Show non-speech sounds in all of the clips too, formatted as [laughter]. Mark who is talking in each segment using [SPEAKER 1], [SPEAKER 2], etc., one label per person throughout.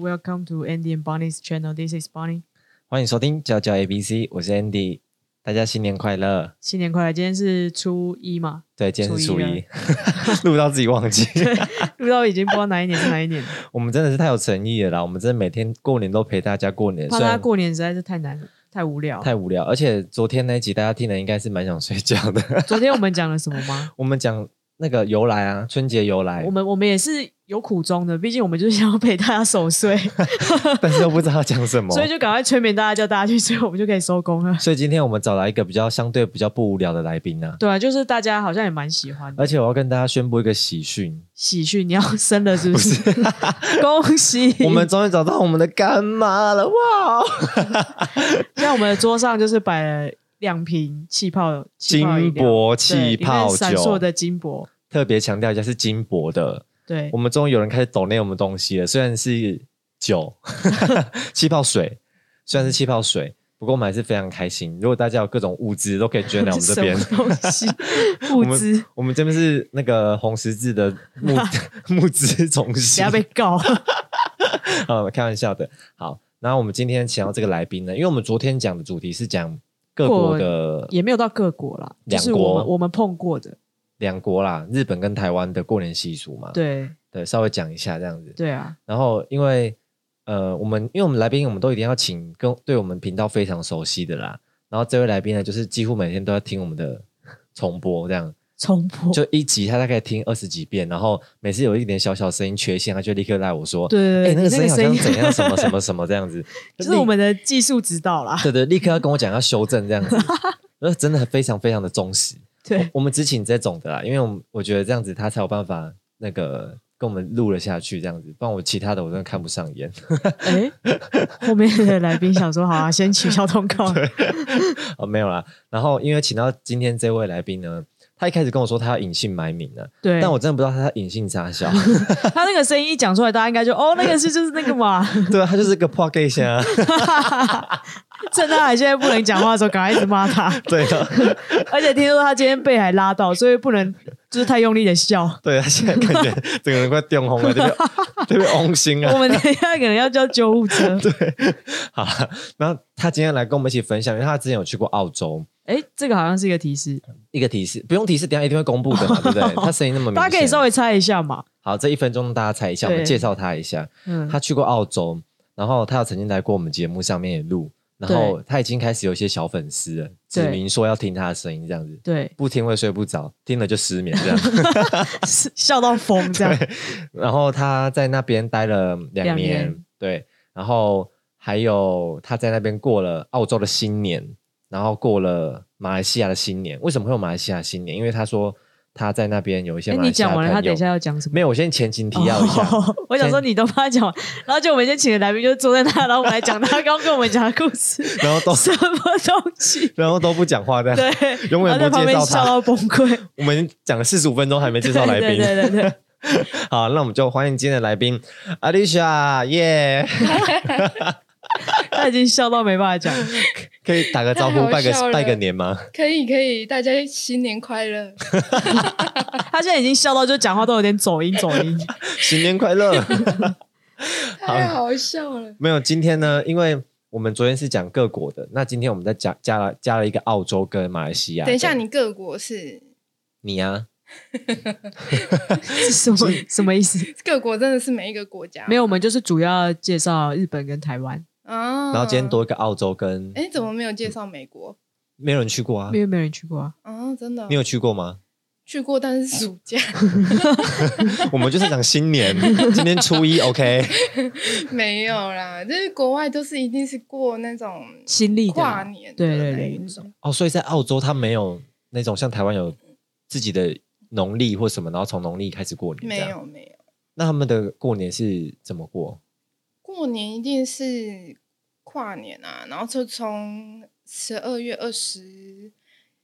[SPEAKER 1] welcome to Andy and Bonnie's channel. This is Bonnie.
[SPEAKER 2] 欢迎收听教教 A B C，我是 Andy，大家新年快乐！
[SPEAKER 1] 新年快乐！今天是初一嘛， [laughs]
[SPEAKER 2] 对，今天是
[SPEAKER 1] 初
[SPEAKER 2] 初
[SPEAKER 1] 一啊
[SPEAKER 2] 一， [laughs] 录到自己忘
[SPEAKER 1] [laughs]
[SPEAKER 2] 记。
[SPEAKER 1] 录到已经不知道哪一年是哪一
[SPEAKER 2] [laughs]
[SPEAKER 1] 年了，
[SPEAKER 2] 我们真的是太有诚意了啦！我们真的每天过年都陪大家过年，
[SPEAKER 1] 怕
[SPEAKER 2] 虽
[SPEAKER 1] 大家
[SPEAKER 2] 然
[SPEAKER 1] 过年实在是太难了太无聊了。
[SPEAKER 2] 太无聊，而且昨天那一集大家听了应该是蛮想睡觉
[SPEAKER 1] [laughs]
[SPEAKER 2] 的。
[SPEAKER 1] 昨天我们讲了什么
[SPEAKER 2] [laughs]
[SPEAKER 1] 吗？
[SPEAKER 2] 我们讲那个由来啊，春节由来
[SPEAKER 1] 我，们我们也是有苦衷的，毕竟我们就是想要陪大家守
[SPEAKER 2] [laughs]
[SPEAKER 1] 岁，
[SPEAKER 2] 但是又不知道讲什
[SPEAKER 1] [laughs]
[SPEAKER 2] 么，
[SPEAKER 1] 所以就赶快催眠大家，叫大家去睡，我们就可以收工
[SPEAKER 2] [laughs]
[SPEAKER 1] 了。
[SPEAKER 2] 所以今天我们找来一个比较相对比较不无聊的来宾呢、
[SPEAKER 1] 对啊，就是大家好像也蛮喜欢的
[SPEAKER 2] 而且我要跟大家宣布一个喜讯，
[SPEAKER 1] 喜讯，你要生了是不是？ [laughs] 恭喜！
[SPEAKER 2] 我们终于找到我们的干妈了！哇，哦
[SPEAKER 1] 现在我们的桌上就是摆了两瓶气泡气泡饮
[SPEAKER 2] 金
[SPEAKER 1] 料
[SPEAKER 2] 箔
[SPEAKER 1] 对
[SPEAKER 2] 气
[SPEAKER 1] 里面
[SPEAKER 2] 泡
[SPEAKER 1] 闪烁
[SPEAKER 2] 酒，
[SPEAKER 1] 的金箔，
[SPEAKER 2] 特别强调一下是金箔的。
[SPEAKER 1] 对。
[SPEAKER 2] 我，们终于有人开始抖内我们东西了，虽然是酒、 [laughs] 气泡水，虽然是气泡水，不过我们还是非常开心。如果大家有各种物资，都可以捐来我们这
[SPEAKER 1] [laughs]
[SPEAKER 2] 边
[SPEAKER 1] 什么东
[SPEAKER 2] [laughs]
[SPEAKER 1] 西
[SPEAKER 2] 我
[SPEAKER 1] 物
[SPEAKER 2] 们
[SPEAKER 1] 资，
[SPEAKER 2] 我们这边是那个红十字的
[SPEAKER 1] [laughs]
[SPEAKER 2] 募募资中
[SPEAKER 1] 等
[SPEAKER 2] 心
[SPEAKER 1] 下，
[SPEAKER 2] [laughs]
[SPEAKER 1] 被告。 [laughs]
[SPEAKER 2] 呃，开玩笑的。好，那我们今天请到这个来宾呢，因为我们昨天讲的主题是讲各国的
[SPEAKER 1] 也没有到各国啦，就
[SPEAKER 2] 两
[SPEAKER 1] 是我们
[SPEAKER 2] 国
[SPEAKER 1] 我们碰过的，
[SPEAKER 2] 两国啦，日本跟台湾的过年习俗嘛。
[SPEAKER 1] 对
[SPEAKER 2] 对，稍微讲一下这样子。
[SPEAKER 1] 对啊，
[SPEAKER 2] 然后因为呃，我们因为我们来宾我们都一定要请跟对我们频道非常熟悉的啦。然后这位来宾呢，就是几乎每天都要听我们的 [laughs] 重播，这样
[SPEAKER 1] 重播，
[SPEAKER 2] 就一集他大概听二十几遍，然后每次有一点小小声音缺陷，他就立刻赖我说：“
[SPEAKER 1] 对
[SPEAKER 2] 哎、
[SPEAKER 1] 对对，
[SPEAKER 2] 那
[SPEAKER 1] 你
[SPEAKER 2] 个声音好像怎样，什么什
[SPEAKER 1] [laughs] 么，
[SPEAKER 2] 么什么这样子。”
[SPEAKER 1] 就是我们的技术指导啦，
[SPEAKER 2] 对对，立刻要跟我讲要修正这样
[SPEAKER 1] [laughs]
[SPEAKER 2] 子，呃，真的非常非常的忠实。
[SPEAKER 1] 对
[SPEAKER 2] 我们只请这种的啦，因为我们我觉得这样子他才有办法那个跟我们录了下去，这样子，不然我其他的我真的看不上眼。
[SPEAKER 1] [laughs] 哎，后面的来宾想说，好啊，先取消通
[SPEAKER 2] [laughs]
[SPEAKER 1] 告，
[SPEAKER 2] 哦，没有啦。然后因为请到今天这位来宾呢，他一开始跟我说他要隐姓埋名的，
[SPEAKER 1] 对，
[SPEAKER 2] 但我真的不知道他隐姓啥小。 [laughs]
[SPEAKER 1] 他那个声音一讲出来，大家应该就哦，那个是就是那个嘛，
[SPEAKER 2] 对啊，他就是个破啊 gay 虾。
[SPEAKER 1] 郑大海现在不能讲话的时候，赶快一直骂他，
[SPEAKER 2] [laughs] 对啊， [laughs]
[SPEAKER 1] 而且听说他今天被还拉到，所以不能就是太用力的笑。
[SPEAKER 2] 对啊，现在感觉整个人快电红了，这边这边红心
[SPEAKER 1] 我
[SPEAKER 2] 啊。
[SPEAKER 1] 们等一下可能要叫救护车。
[SPEAKER 2] 好啦，然后他今天来跟我们一起分享，因为他之前有去过澳洲。
[SPEAKER 1] 哎，这个好像是一个提示，
[SPEAKER 2] 一个提示，不用提示，等一下一定会公布的嘛，对不对？他声音那么明显，
[SPEAKER 1] 大家可以稍微猜一下嘛。
[SPEAKER 2] 好，这一分钟大家猜一下，我们
[SPEAKER 1] 对
[SPEAKER 2] 介绍他一下。
[SPEAKER 1] 嗯，
[SPEAKER 2] 他去过澳洲，然后他有曾经来过我们节目上面也录，然后他已经开始有一些小粉丝了，
[SPEAKER 1] 对
[SPEAKER 2] 指明说要听他的声音这样子，
[SPEAKER 1] 对， [laughs]
[SPEAKER 2] 不听会睡不着，听了就失眠这样。
[SPEAKER 1] 是笑到疯这样。
[SPEAKER 2] 然后他在那边待了
[SPEAKER 1] 两
[SPEAKER 2] 两
[SPEAKER 1] 年
[SPEAKER 2] 年，对，然后还有他在那边过了澳洲的新年，然后过了马来西亚的新年。为什么会有马来西亚新年？因为他说他在那边有一些
[SPEAKER 1] 哎，
[SPEAKER 2] 马
[SPEAKER 1] 你
[SPEAKER 2] 来西亚
[SPEAKER 1] 讲
[SPEAKER 2] 朋
[SPEAKER 1] 完
[SPEAKER 2] 友。
[SPEAKER 1] 了，他等一下要讲什么？
[SPEAKER 2] 没有，我先前情提要一下。
[SPEAKER 1] [laughs] 哦我想说你都帮他讲完，然后就我们先请的来宾就坐在那，然后我们来讲他刚跟我们讲的故事，
[SPEAKER 2] 然后 [laughs] 都
[SPEAKER 1] 什么东
[SPEAKER 2] [laughs]
[SPEAKER 1] 西？
[SPEAKER 2] 然后都不讲话，这样
[SPEAKER 1] 对，
[SPEAKER 2] 永
[SPEAKER 1] 然后在
[SPEAKER 2] 远不
[SPEAKER 1] 旁
[SPEAKER 2] 介
[SPEAKER 1] 边
[SPEAKER 2] 绍
[SPEAKER 1] 笑
[SPEAKER 2] 他。
[SPEAKER 1] 到崩溃。
[SPEAKER 2] 我们讲了四十五分钟还没介绍来宾，
[SPEAKER 1] 对对对对
[SPEAKER 2] 好，那我们就欢迎今天的来宾阿丽莎，耶！ [laughs]
[SPEAKER 1] 对，他已经笑到没办法讲。
[SPEAKER 2] 可以打个招
[SPEAKER 3] 太
[SPEAKER 2] 呼，
[SPEAKER 3] 好
[SPEAKER 2] 拜
[SPEAKER 3] 笑
[SPEAKER 2] 个
[SPEAKER 3] 了
[SPEAKER 2] 拜个年吗？
[SPEAKER 3] 可以可以，大家新年快乐！
[SPEAKER 1] 他现在已经笑到就讲话都有点走音走音。
[SPEAKER 2] 新年快
[SPEAKER 3] [laughs]
[SPEAKER 2] 乐！
[SPEAKER 3] 太好笑了，
[SPEAKER 2] 没有，今天呢，因为我们昨天是讲各国的，那今天我们再加加了加了一个澳洲跟马来西亚的。
[SPEAKER 3] 等一下你各国是
[SPEAKER 2] 你啊，
[SPEAKER 1] [laughs] 是什么什么意思？
[SPEAKER 3] 各国真的是每一个国家
[SPEAKER 1] 没有，我们就是主要介绍日本跟台湾，
[SPEAKER 3] 啊？
[SPEAKER 2] 然后今天多一个澳洲跟，
[SPEAKER 3] 哎，怎么没有介绍美国
[SPEAKER 2] 没有人去过啊
[SPEAKER 1] 因？为没有人去过啊。
[SPEAKER 3] 啊？真的哦
[SPEAKER 2] 你有去过吗？
[SPEAKER 3] 去过，但是暑假 [laughs]
[SPEAKER 2] 我们就是讲新年，今天初一，OK？
[SPEAKER 3] 没有啦。就是国外都是一定是过那种
[SPEAKER 1] 新历的
[SPEAKER 3] 跨
[SPEAKER 1] 啦，
[SPEAKER 3] 年的
[SPEAKER 1] 对对
[SPEAKER 3] 那
[SPEAKER 1] 对
[SPEAKER 3] 一种，
[SPEAKER 2] 哦，所以在澳洲它没有那种像台湾有自己的农历或什么，然后从农历开始过年，
[SPEAKER 3] 没。有没有，
[SPEAKER 2] 那他们的过年是怎么过？
[SPEAKER 3] 过年一定是跨年啊，然后就从十二月二十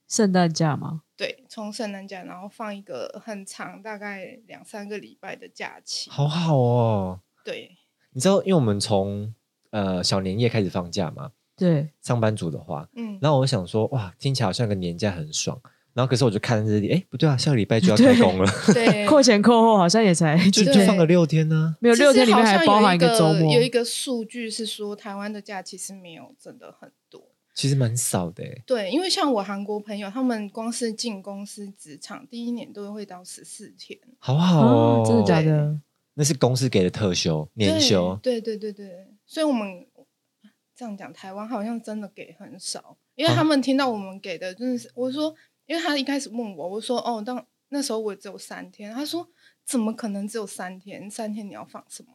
[SPEAKER 1] 圣诞假嘛，
[SPEAKER 3] 对，从圣诞假，然后放一个很长，大概两三个礼拜的假期。
[SPEAKER 2] 好好哦，
[SPEAKER 3] 对，
[SPEAKER 2] 你知道，因为我们从呃小年夜开始放假嘛，
[SPEAKER 1] 对，
[SPEAKER 2] 上班族的话，
[SPEAKER 3] 嗯，
[SPEAKER 2] 然后我想说，哇，听起来好像个年假很爽。然后可是我就看日历，哎，不对啊，下个礼拜就要开工了，
[SPEAKER 1] [laughs]
[SPEAKER 3] 对，
[SPEAKER 1] 扣前扣后好像也
[SPEAKER 3] [laughs]
[SPEAKER 1] 才
[SPEAKER 2] 就
[SPEAKER 1] 几
[SPEAKER 2] [laughs] 就
[SPEAKER 3] 对
[SPEAKER 2] 放了六天呢、
[SPEAKER 1] 没有
[SPEAKER 3] 其
[SPEAKER 1] 六
[SPEAKER 3] 实
[SPEAKER 1] 天里面
[SPEAKER 3] 好像
[SPEAKER 1] 还包含一
[SPEAKER 3] 有
[SPEAKER 1] 个周末
[SPEAKER 3] 有，一个数据是说，台湾的假其实没有真的很多。
[SPEAKER 2] 其实蛮少的、欸。
[SPEAKER 3] 对，因为像我韩国朋友，他们光是进公司职场第一年都会到十四天
[SPEAKER 2] 好好哦、
[SPEAKER 1] 哦，真的假的？
[SPEAKER 2] 那是公司给的特休、年休，
[SPEAKER 3] 对对对对对，所以我们这样讲，台湾好像真的给很少，因
[SPEAKER 1] 啊
[SPEAKER 3] 为他们听到我们给的，真的是我说，因为他一开始问我，我说哦，当那时候我只有三天，他说怎么可能只有三天？三天你要放什么？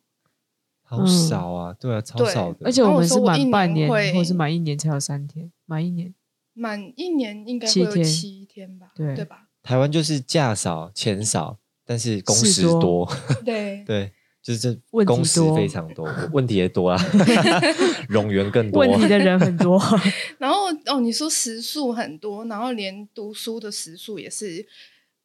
[SPEAKER 2] 好少啊，对啊，超
[SPEAKER 3] 对
[SPEAKER 2] 少的。
[SPEAKER 1] 而且
[SPEAKER 3] 然后
[SPEAKER 1] 我
[SPEAKER 3] 我
[SPEAKER 1] 们
[SPEAKER 3] 说
[SPEAKER 1] 是
[SPEAKER 3] 我一
[SPEAKER 1] 满半
[SPEAKER 3] 年
[SPEAKER 1] 年
[SPEAKER 3] 会
[SPEAKER 1] 或是满一年才有三天，满一年。
[SPEAKER 3] 满一年应该会
[SPEAKER 1] 七
[SPEAKER 3] 有
[SPEAKER 1] 天
[SPEAKER 3] 七天吧？
[SPEAKER 1] 对
[SPEAKER 3] 对吧？ [laughs]
[SPEAKER 2] 台湾就是假少、钱少，但是工时
[SPEAKER 1] 事
[SPEAKER 2] 多，
[SPEAKER 1] 多
[SPEAKER 3] 对
[SPEAKER 2] 对，就是这
[SPEAKER 1] 问题
[SPEAKER 2] 工时
[SPEAKER 1] 多
[SPEAKER 2] 非常多，问题也多
[SPEAKER 1] [laughs]
[SPEAKER 2] 啊，冗员更多。
[SPEAKER 1] 问题的人很
[SPEAKER 2] [laughs]
[SPEAKER 1] 多，
[SPEAKER 3] 然后哦，你说时数很多，然后连读书的时数也是，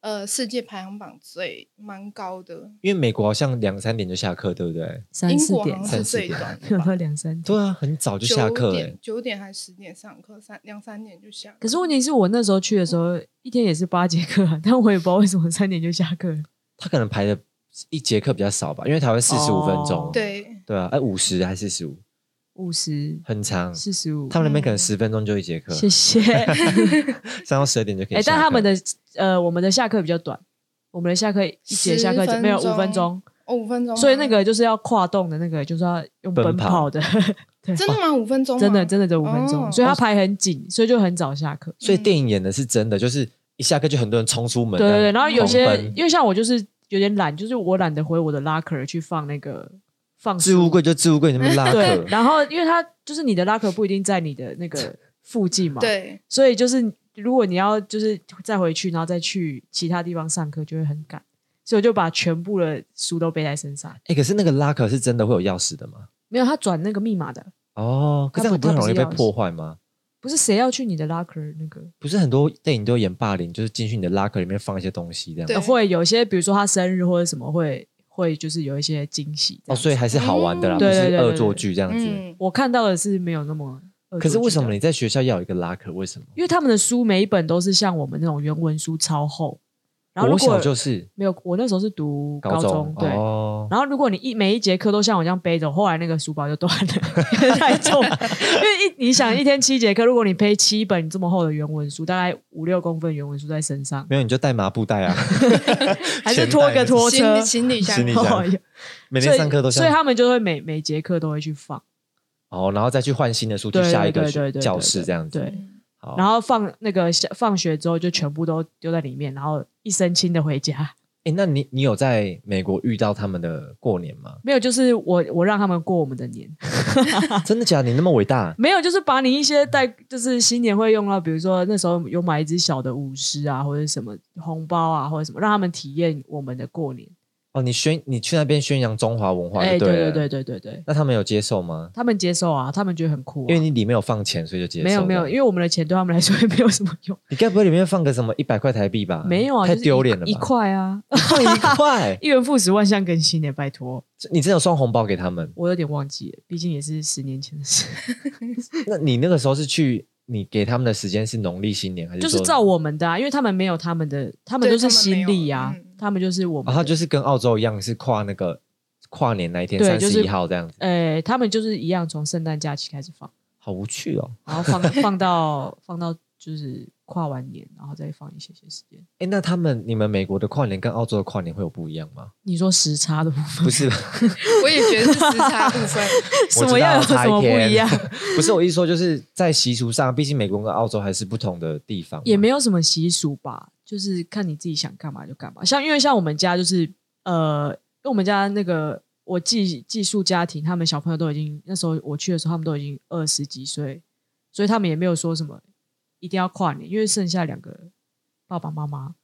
[SPEAKER 3] 呃，世界排行榜最蛮高的，
[SPEAKER 2] 因为美国好像两三点就下课，对不对？
[SPEAKER 1] 三
[SPEAKER 3] 英
[SPEAKER 1] 四
[SPEAKER 3] 国好
[SPEAKER 1] 点
[SPEAKER 3] 像，
[SPEAKER 2] 三
[SPEAKER 3] 是
[SPEAKER 2] 四
[SPEAKER 3] 最
[SPEAKER 1] [laughs]
[SPEAKER 2] 点
[SPEAKER 3] 短的吧
[SPEAKER 1] 喝两三点。
[SPEAKER 2] 对啊，很早就
[SPEAKER 3] 九
[SPEAKER 2] 下课哎、
[SPEAKER 3] 点九点还十点上课，三两三点就下课。
[SPEAKER 1] 可是问题是我那时候去的时候，一天也是八节课啊，但我也不知道为什么三点就下课了。
[SPEAKER 2] 他可能排的一节课比较少吧，因为台湾四十五分钟，
[SPEAKER 1] 哦
[SPEAKER 3] 对
[SPEAKER 2] 对啊，哎五十还是十五，
[SPEAKER 1] 五十、
[SPEAKER 2] 很长。
[SPEAKER 1] 四十五，
[SPEAKER 2] 他们那边可能
[SPEAKER 3] 嗯
[SPEAKER 2] 十分钟就一节课，
[SPEAKER 1] 谢谢。
[SPEAKER 2] [laughs]
[SPEAKER 1] [laughs]
[SPEAKER 2] 上到十二点就可以
[SPEAKER 1] 哎，
[SPEAKER 2] 下课。
[SPEAKER 1] 但他们的呃，我们的下课比较短，我们的下课一节下课
[SPEAKER 3] 10分
[SPEAKER 1] 没有五
[SPEAKER 3] 钟
[SPEAKER 1] 分钟，
[SPEAKER 3] 哦，五分钟吗，
[SPEAKER 1] 所以那个就是要跨动的那个，就是要用
[SPEAKER 2] 奔
[SPEAKER 1] 奔
[SPEAKER 2] 跑
[SPEAKER 1] 跑的，对，
[SPEAKER 3] 真的吗？五分钟吗，
[SPEAKER 1] 真的真的只有五分钟，
[SPEAKER 3] Oh 哦
[SPEAKER 1] 所以他排很紧，所以就很早下课。
[SPEAKER 2] 所以电影演的是真的，就是一下课就很多人冲出
[SPEAKER 1] 嗯
[SPEAKER 2] 门，
[SPEAKER 1] 对对对，
[SPEAKER 2] 这
[SPEAKER 1] 然
[SPEAKER 2] 样
[SPEAKER 1] 后有
[SPEAKER 2] 狂
[SPEAKER 1] 些
[SPEAKER 2] 奔
[SPEAKER 1] 因为像我就是有点懒，就是我懒得回我的 locker 去放那个放
[SPEAKER 2] 置
[SPEAKER 1] 书
[SPEAKER 2] 物柜就置物柜
[SPEAKER 1] [laughs]
[SPEAKER 2] 里面拉
[SPEAKER 1] 对
[SPEAKER 2] 客，，
[SPEAKER 1] 然后因为它就是你的 locker 不一定在你的那个附近嘛，，
[SPEAKER 3] 对
[SPEAKER 1] 所以就是如果你要就是再回去，然后再去其他地方上课，就会很赶。所以我就把全部的书都背在身上，
[SPEAKER 2] 哎，可是那个拉客是真的会有钥匙的吗？
[SPEAKER 1] 没有他转那个密码的，
[SPEAKER 2] 哦，可
[SPEAKER 1] 它
[SPEAKER 2] 这样
[SPEAKER 1] 不
[SPEAKER 2] 不是很
[SPEAKER 1] 它不
[SPEAKER 2] 容
[SPEAKER 1] 是
[SPEAKER 2] 易被
[SPEAKER 1] 钥匙
[SPEAKER 2] 破坏吗？
[SPEAKER 1] 不是谁要去你的 locker 那个，
[SPEAKER 2] 不是很多电影都演霸凌，就是进去你的拉客里面放一些东西这样
[SPEAKER 3] 对
[SPEAKER 1] 呃会有一些比如说他生日或者什么会会就是有一些惊喜这
[SPEAKER 2] 哦，
[SPEAKER 1] 样子。
[SPEAKER 2] 所以还是好玩的啦，
[SPEAKER 3] 嗯
[SPEAKER 2] 不
[SPEAKER 1] 对对
[SPEAKER 2] 是
[SPEAKER 1] 对对
[SPEAKER 2] 恶作剧这样子。
[SPEAKER 3] 嗯，
[SPEAKER 1] 我看到的是没有那么恶作剧的。
[SPEAKER 2] 可是为什么你在学校要有一个拉客？为什么？
[SPEAKER 1] 因为他们的书每一本都是像我们那种原文书超厚，然后如
[SPEAKER 2] 我
[SPEAKER 1] 果
[SPEAKER 2] 小就是
[SPEAKER 1] 没有我那时候是读高
[SPEAKER 2] 中
[SPEAKER 1] 对。
[SPEAKER 2] 哦，
[SPEAKER 1] 然后如果你一每一节课都像我这样背着，后来那个书包就断了，因为太重。因为一你想一天七节课，如果你背七本这么厚的原文书，大概五六公分原文书在身上，
[SPEAKER 2] 没有你就带麻布袋啊，
[SPEAKER 1] [laughs] 还是拖个拖
[SPEAKER 3] 行
[SPEAKER 1] 车
[SPEAKER 3] 李，行李箱嗯
[SPEAKER 2] 行李箱
[SPEAKER 1] 哦有
[SPEAKER 2] 每
[SPEAKER 1] 所
[SPEAKER 2] 天
[SPEAKER 1] 以
[SPEAKER 2] 上课都
[SPEAKER 1] 所以
[SPEAKER 2] 像
[SPEAKER 1] 他们就会每每节课都会去放，
[SPEAKER 2] 哦，然后再去换新的书去
[SPEAKER 1] 对
[SPEAKER 2] 下一个
[SPEAKER 1] 对对对对
[SPEAKER 2] 教室这样子。
[SPEAKER 1] 对
[SPEAKER 3] 嗯
[SPEAKER 2] 好
[SPEAKER 1] 然后放那个下放学之后就全部都丢在里面，然后一身轻的回家。 [laughs]
[SPEAKER 2] 哎，那你你有在美国遇到他们的过年吗？
[SPEAKER 1] 没有，就是我我让他们过我们的年， [laughs] 啊
[SPEAKER 2] 真的假的？你那么伟大？
[SPEAKER 1] 没有，就是把你一些带，就是新年会用到，比如说那时候有买一只小的舞狮啊，或者什么红包啊，或者什么，让他们体验我们的过年。
[SPEAKER 2] 哦，你宣你去那边宣扬中华文化就
[SPEAKER 1] 哎，对
[SPEAKER 2] 了。
[SPEAKER 1] 对对对对对，
[SPEAKER 2] 那他们有接受吗？
[SPEAKER 1] 他们接受啊，他们觉得很酷、啊。
[SPEAKER 2] 因为你里面有放钱，所以就接受。
[SPEAKER 1] 没有没有，因，为我们的钱对他们来说也没有什么用，
[SPEAKER 2] [laughs] 你该不会里面放个什么一百块台币吧？
[SPEAKER 1] 没有啊，
[SPEAKER 2] 太
[SPEAKER 1] 就是一
[SPEAKER 2] 丢脸了吧！
[SPEAKER 1] 一块啊，
[SPEAKER 2] 块一块， [laughs]
[SPEAKER 1] 一元复始，万象更新呢，拜托，
[SPEAKER 2] 你真的有送红包给他们？
[SPEAKER 1] 我有点忘记了，毕竟也是十年前的事，
[SPEAKER 2] 那你那个时候是去你给他们的时间是农历新年还是
[SPEAKER 1] 就
[SPEAKER 2] 说？
[SPEAKER 1] 是照我们的啊，因为他们没有他们的，他们
[SPEAKER 3] 对
[SPEAKER 1] 都
[SPEAKER 3] 他
[SPEAKER 1] 是
[SPEAKER 3] 们
[SPEAKER 1] 新
[SPEAKER 3] 没有
[SPEAKER 1] 历啊
[SPEAKER 3] 嗯，
[SPEAKER 1] 他们就是我们的，
[SPEAKER 2] 然后哦就是跟澳洲一样是跨那个跨年那一天
[SPEAKER 1] 对
[SPEAKER 2] 三
[SPEAKER 1] 就是
[SPEAKER 2] 十一号这样子，
[SPEAKER 1] 呃，他们就是一样从圣诞假期开始
[SPEAKER 2] [laughs]
[SPEAKER 1] 放，
[SPEAKER 2] 好无趣哦。
[SPEAKER 1] 然后放放到放到就是跨完年，然后再放一些些时间。
[SPEAKER 2] 哎，那他们你们美国的跨年跟澳洲的跨年会有不一样
[SPEAKER 1] [laughs]
[SPEAKER 2] 吗？
[SPEAKER 1] 你说时差的部分，
[SPEAKER 2] 不是吧，？
[SPEAKER 3] 我也觉得是时差部分，
[SPEAKER 1] 什么样有什么不一样？
[SPEAKER 2] 不是我一说就是在习俗上，毕竟美国跟澳洲还是不同的地方嘛，
[SPEAKER 1] 也没有什么习俗吧，就是看你自己想干嘛就干嘛。像因为像我们家就是呃，因为我们家那个我寄寄宿家庭，他们小朋友都已经那时候我去的时候，他们都已经二十几岁，所以他们也没有说什么一定要跨年，因为剩下两个爸爸妈妈，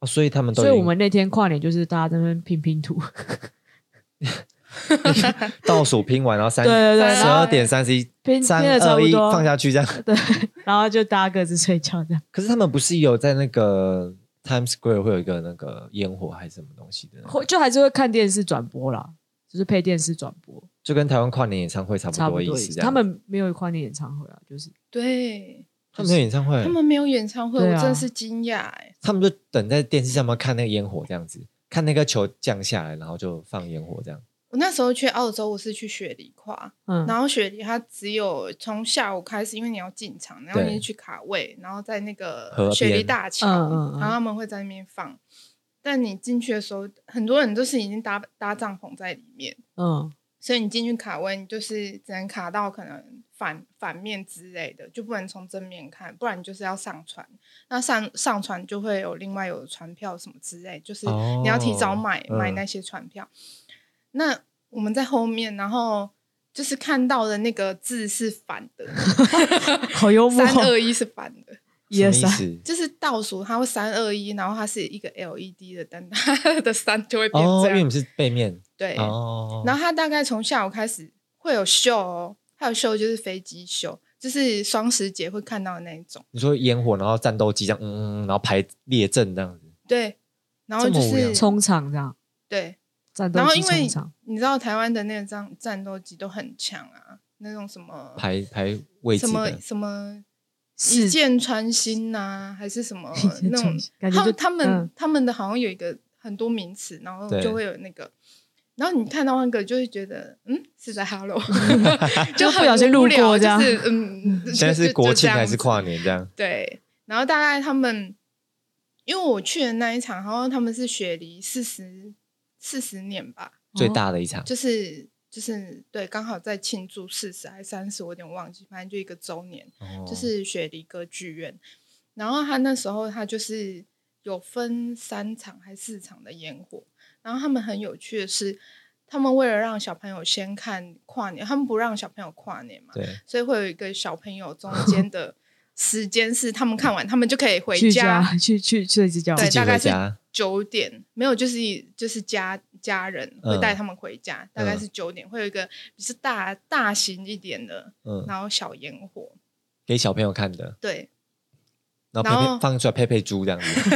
[SPEAKER 2] 哦所以他们都已
[SPEAKER 1] 所以
[SPEAKER 2] 经
[SPEAKER 1] 我们那天跨年就是大家在那边拼拼图。 [laughs]
[SPEAKER 2] 倒数拼完，然后三
[SPEAKER 1] 对对对，
[SPEAKER 3] 三
[SPEAKER 2] 十
[SPEAKER 1] 然
[SPEAKER 3] 啊
[SPEAKER 1] 后
[SPEAKER 2] 二点三十一，
[SPEAKER 1] 拼
[SPEAKER 2] 三
[SPEAKER 1] 拼得差
[SPEAKER 2] 二
[SPEAKER 1] 不
[SPEAKER 2] 一
[SPEAKER 1] 多
[SPEAKER 2] 放下去这样。
[SPEAKER 1] 对，然后就大家各自睡觉这样。
[SPEAKER 2] 可是他们不是有在那个 Times Square 会有一个那个烟火还是什么东西的那个，
[SPEAKER 1] 会就还是会看电视转播啦，就是配电视转播，
[SPEAKER 2] 就跟台湾跨年演唱会差不
[SPEAKER 1] 差不多
[SPEAKER 2] 多意
[SPEAKER 1] 意
[SPEAKER 2] 思这
[SPEAKER 1] 思。
[SPEAKER 2] 样。
[SPEAKER 1] 他们没有跨年演唱会啊，就是
[SPEAKER 3] 对，
[SPEAKER 2] 他们没有演唱会，
[SPEAKER 3] 他们没有演唱会，
[SPEAKER 1] 对
[SPEAKER 3] 我
[SPEAKER 1] 啊
[SPEAKER 3] 真的是惊讶哎。
[SPEAKER 2] 他们就等在电视上面看那个烟火这样子，看那个球降下来，然后就放烟火这样。
[SPEAKER 3] 我那时候去澳洲，我是去雪梨跨，
[SPEAKER 1] 嗯，
[SPEAKER 3] 然后雪梨它只有从下午开始，因为你要进场，然后
[SPEAKER 2] 对
[SPEAKER 3] 你去卡位，然后在那
[SPEAKER 2] 河
[SPEAKER 3] 个雪梨
[SPEAKER 2] 边
[SPEAKER 3] 大桥，
[SPEAKER 1] 嗯嗯嗯
[SPEAKER 3] 然后他们会在那边放。但你进去的时候，很多人都是已经搭搭帐篷在里面，
[SPEAKER 1] 嗯，
[SPEAKER 3] 所以你进去卡位，你就是只能卡到可能反反面之类的，就不能从正面看，不然你就是要上船。那上上船就会有另外有船票什么之类，就是
[SPEAKER 2] 哦
[SPEAKER 3] 你要提早买、
[SPEAKER 2] 嗯
[SPEAKER 3] 买那些船票。那我们在后面，然后就是看到的那个字是反
[SPEAKER 2] [laughs]
[SPEAKER 3] 的，
[SPEAKER 1] 好幽默
[SPEAKER 3] 三，二一是反的。
[SPEAKER 1] [laughs] 一二
[SPEAKER 2] 什么
[SPEAKER 1] 三
[SPEAKER 2] 意，思？
[SPEAKER 3] 就是倒数，它会三二一，然后它是一个 LED 的灯，它的三就会变
[SPEAKER 2] 哦，
[SPEAKER 3] 啊 [laughs]
[SPEAKER 2] 因
[SPEAKER 3] 这
[SPEAKER 2] 为你
[SPEAKER 3] 样。
[SPEAKER 2] 们是背面
[SPEAKER 3] 对，
[SPEAKER 2] 哦。
[SPEAKER 3] 然后他大概从下午开始会有秀哦，还有秀就是飞机秀，就是双十节会看到的那一种。
[SPEAKER 2] 你说烟火，然后战斗机这样，嗯嗯，嗯然后排列阵这样子。
[SPEAKER 3] 对，然后就
[SPEAKER 2] 这么无聊
[SPEAKER 3] 是
[SPEAKER 1] 冲场这样，
[SPEAKER 3] 对，
[SPEAKER 1] 战斗
[SPEAKER 3] 然后
[SPEAKER 1] 机
[SPEAKER 3] 因为
[SPEAKER 1] 冲场，
[SPEAKER 3] 你知道台湾的那个战战斗机都很强啊，那种什么
[SPEAKER 2] 排排位置
[SPEAKER 3] 什么
[SPEAKER 2] 的，
[SPEAKER 3] 什么
[SPEAKER 1] 是
[SPEAKER 3] 一箭穿心呐、还
[SPEAKER 1] [laughs]
[SPEAKER 3] 是什么
[SPEAKER 1] 一箭
[SPEAKER 3] 那
[SPEAKER 1] 穿
[SPEAKER 3] 种
[SPEAKER 1] 心感？觉
[SPEAKER 3] 他
[SPEAKER 1] 就
[SPEAKER 3] 们他们、
[SPEAKER 1] 嗯
[SPEAKER 3] 他们的好像有一个很多名词，然后
[SPEAKER 2] 对
[SPEAKER 3] 就会有那个。然后你看到那个，就会觉得，嗯，是在
[SPEAKER 1] [laughs]
[SPEAKER 3] Hello，就很
[SPEAKER 1] 不小心路
[SPEAKER 3] 无聊
[SPEAKER 1] 过这样
[SPEAKER 3] 就是嗯，就
[SPEAKER 2] 现在是
[SPEAKER 3] 就
[SPEAKER 2] 国
[SPEAKER 3] 就这
[SPEAKER 2] 庆
[SPEAKER 3] 样
[SPEAKER 2] 还是
[SPEAKER 3] 子
[SPEAKER 2] 跨年这样？
[SPEAKER 3] 对，然后大概他们，因为我去的那一场，然后他们是雪梨四十四十年吧，
[SPEAKER 2] 最大的一场，
[SPEAKER 3] 就是就是对，刚好在庆祝四十还三十，我有点忘记，反正就一个周年，
[SPEAKER 2] 哦
[SPEAKER 3] 就是雪梨歌剧院。然后他那时候他就是有分三场还四场的烟火，然后他们很有趣的是，他们为了让小朋友先看跨年，他们不让小朋友跨年嘛，
[SPEAKER 2] 对，
[SPEAKER 3] 所以会有一个小朋友中间的时间是他们看完，他们就可以回
[SPEAKER 1] 去 [laughs]
[SPEAKER 3] 家，
[SPEAKER 1] 去去去睡觉，
[SPEAKER 3] 对，
[SPEAKER 2] 自己
[SPEAKER 3] 大概
[SPEAKER 2] 回
[SPEAKER 3] 是
[SPEAKER 2] 家
[SPEAKER 3] 九点，没有就是就是家家人
[SPEAKER 2] 嗯
[SPEAKER 3] 会带他们回家，大概是九点，会有一个比较大大型一点的，
[SPEAKER 2] 嗯，
[SPEAKER 3] 然后小烟火，
[SPEAKER 2] 给小朋友看的，
[SPEAKER 3] 对，
[SPEAKER 2] 然后佩
[SPEAKER 3] 然
[SPEAKER 2] 佩
[SPEAKER 3] 后
[SPEAKER 2] 放出来佩佩猪这样子，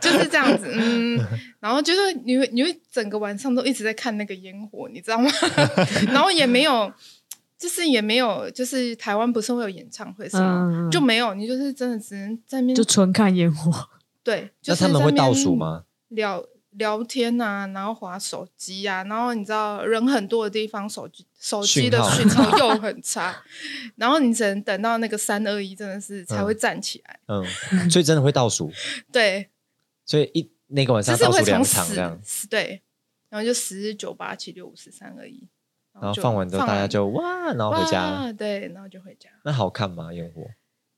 [SPEAKER 3] 就是这样子，嗯，然后就是你会你会整个晚上都一直在看那个烟火，你知道吗？ [laughs] 然后也没有。就是也没有，就是台湾不是会有演唱会什么，
[SPEAKER 1] 嗯，嗯嗯
[SPEAKER 3] 就没有，你就是真的只能在那边
[SPEAKER 1] 就纯看烟火，
[SPEAKER 3] 对， [laughs] 就
[SPEAKER 2] 那
[SPEAKER 3] 是
[SPEAKER 2] 他们
[SPEAKER 3] 在
[SPEAKER 2] 会
[SPEAKER 3] 那
[SPEAKER 2] 倒
[SPEAKER 3] 边
[SPEAKER 2] 数吗？
[SPEAKER 3] 聊聊天啊，然后划手机啊，然后你知道人很多的地方，手机手机的
[SPEAKER 2] 讯
[SPEAKER 3] 讯号又很差， [laughs] 然后你只能等到那个三二一真的是才会站起来。
[SPEAKER 2] 嗯，
[SPEAKER 3] [laughs]
[SPEAKER 2] 所以真的会倒数，
[SPEAKER 3] 对，
[SPEAKER 2] 所以一那个晚
[SPEAKER 3] 就
[SPEAKER 2] 上
[SPEAKER 3] 是
[SPEAKER 2] 倒
[SPEAKER 3] 会
[SPEAKER 2] 数两
[SPEAKER 3] 从
[SPEAKER 2] 场这样
[SPEAKER 3] 十，十对，然后就十九八七六五十三二一，
[SPEAKER 2] 然后
[SPEAKER 3] 就
[SPEAKER 2] 放完之后大家就哇，然后回家了。
[SPEAKER 3] 哇啊对，然后就回家。
[SPEAKER 2] 那好看吗？烟火？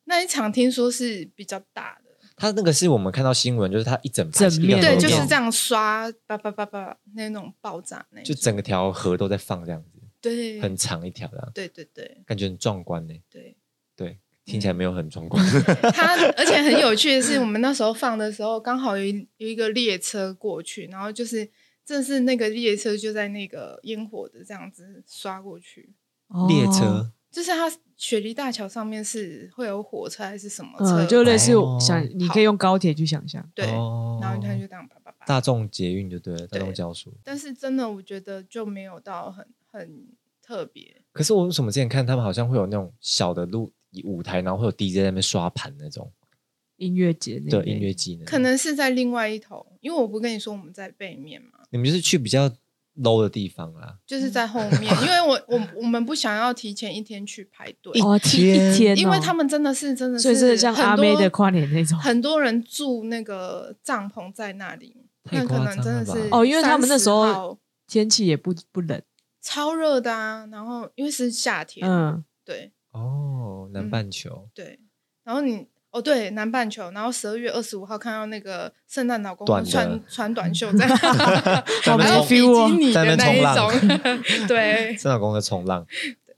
[SPEAKER 3] 那一场听说是比较大的，
[SPEAKER 2] 它那个是我们看到新闻，就是它一整排
[SPEAKER 1] 整
[SPEAKER 2] 是一个
[SPEAKER 1] 面
[SPEAKER 3] 对，
[SPEAKER 2] 河
[SPEAKER 3] 就是
[SPEAKER 2] 流
[SPEAKER 3] 这，样刷叭叭叭叭那种爆炸那
[SPEAKER 2] 就
[SPEAKER 3] 种，
[SPEAKER 2] 整个条河都在放这样子，
[SPEAKER 3] 对，
[SPEAKER 2] 很长一条这样，
[SPEAKER 3] 对对对
[SPEAKER 2] 感觉很壮观呢。
[SPEAKER 3] 对。
[SPEAKER 2] 对，听起
[SPEAKER 3] 嗯
[SPEAKER 2] 来没有很壮观。 [laughs]
[SPEAKER 1] 哦
[SPEAKER 3] 他而且很有趣的是，我们那时候放的时候，刚好有一有一个列车过去，然后就是正是那个列车就在那个烟火的这样子刷过去，
[SPEAKER 1] 哦
[SPEAKER 2] [laughs] 列车
[SPEAKER 3] 就是它雪梨大桥上面是会有火车还是什么车，
[SPEAKER 1] 嗯，就类似
[SPEAKER 2] 哦
[SPEAKER 1] 想你可以用高铁去想象，
[SPEAKER 3] 对，
[SPEAKER 2] 哦
[SPEAKER 3] 然后他就这样叭叭叭。
[SPEAKER 2] 大众捷运就对了，大众交通。
[SPEAKER 3] 但是真的，我觉得就没有到很很特别，
[SPEAKER 2] 可是我为什么之前看他们好像会有那种小的路舞台，然后会有 DJ 在那边刷盘那种，
[SPEAKER 1] 音乐节那
[SPEAKER 2] 对，
[SPEAKER 1] 边
[SPEAKER 2] 音乐季呢？
[SPEAKER 3] 可能是在另外一头，因为我不跟你说我们在背面嘛，
[SPEAKER 2] 你们就是去比较 low 的地方啦。
[SPEAKER 3] 就是
[SPEAKER 1] 嗯
[SPEAKER 3] 在后面，因为我我我们不想要提前一天去排队，
[SPEAKER 1] 哦，
[SPEAKER 2] 天
[SPEAKER 1] 一天哦，
[SPEAKER 3] 因为他们真的是真的是
[SPEAKER 1] 所以真的像阿妹的跨年那种
[SPEAKER 3] 很多人住那个帐篷在那里，
[SPEAKER 2] 太
[SPEAKER 3] 那
[SPEAKER 2] 夸
[SPEAKER 3] 可
[SPEAKER 2] 张
[SPEAKER 3] 能真
[SPEAKER 2] 了
[SPEAKER 3] 的
[SPEAKER 2] 吧
[SPEAKER 3] 是
[SPEAKER 1] 哦因为他们那时候
[SPEAKER 3] 30号
[SPEAKER 1] 天气也不不冷，
[SPEAKER 3] 超热的啊，然后因为是夏天，
[SPEAKER 1] 嗯，
[SPEAKER 3] 对
[SPEAKER 2] 哦，南
[SPEAKER 3] 嗯
[SPEAKER 2] 半球。
[SPEAKER 3] 对，然后你。哦，对，南半球，然后十二月二十五号看到那个圣诞老公
[SPEAKER 2] 短的
[SPEAKER 3] 公穿穿短
[SPEAKER 1] 嗯
[SPEAKER 3] 袖
[SPEAKER 1] [laughs]
[SPEAKER 3] 在，
[SPEAKER 2] 在那边
[SPEAKER 3] 还有
[SPEAKER 2] 冲
[SPEAKER 3] 比基尼
[SPEAKER 2] 在那
[SPEAKER 3] 的那
[SPEAKER 2] 边
[SPEAKER 3] 一
[SPEAKER 2] 冲 [laughs]
[SPEAKER 3] 种，对，
[SPEAKER 2] 郑老公在冲浪。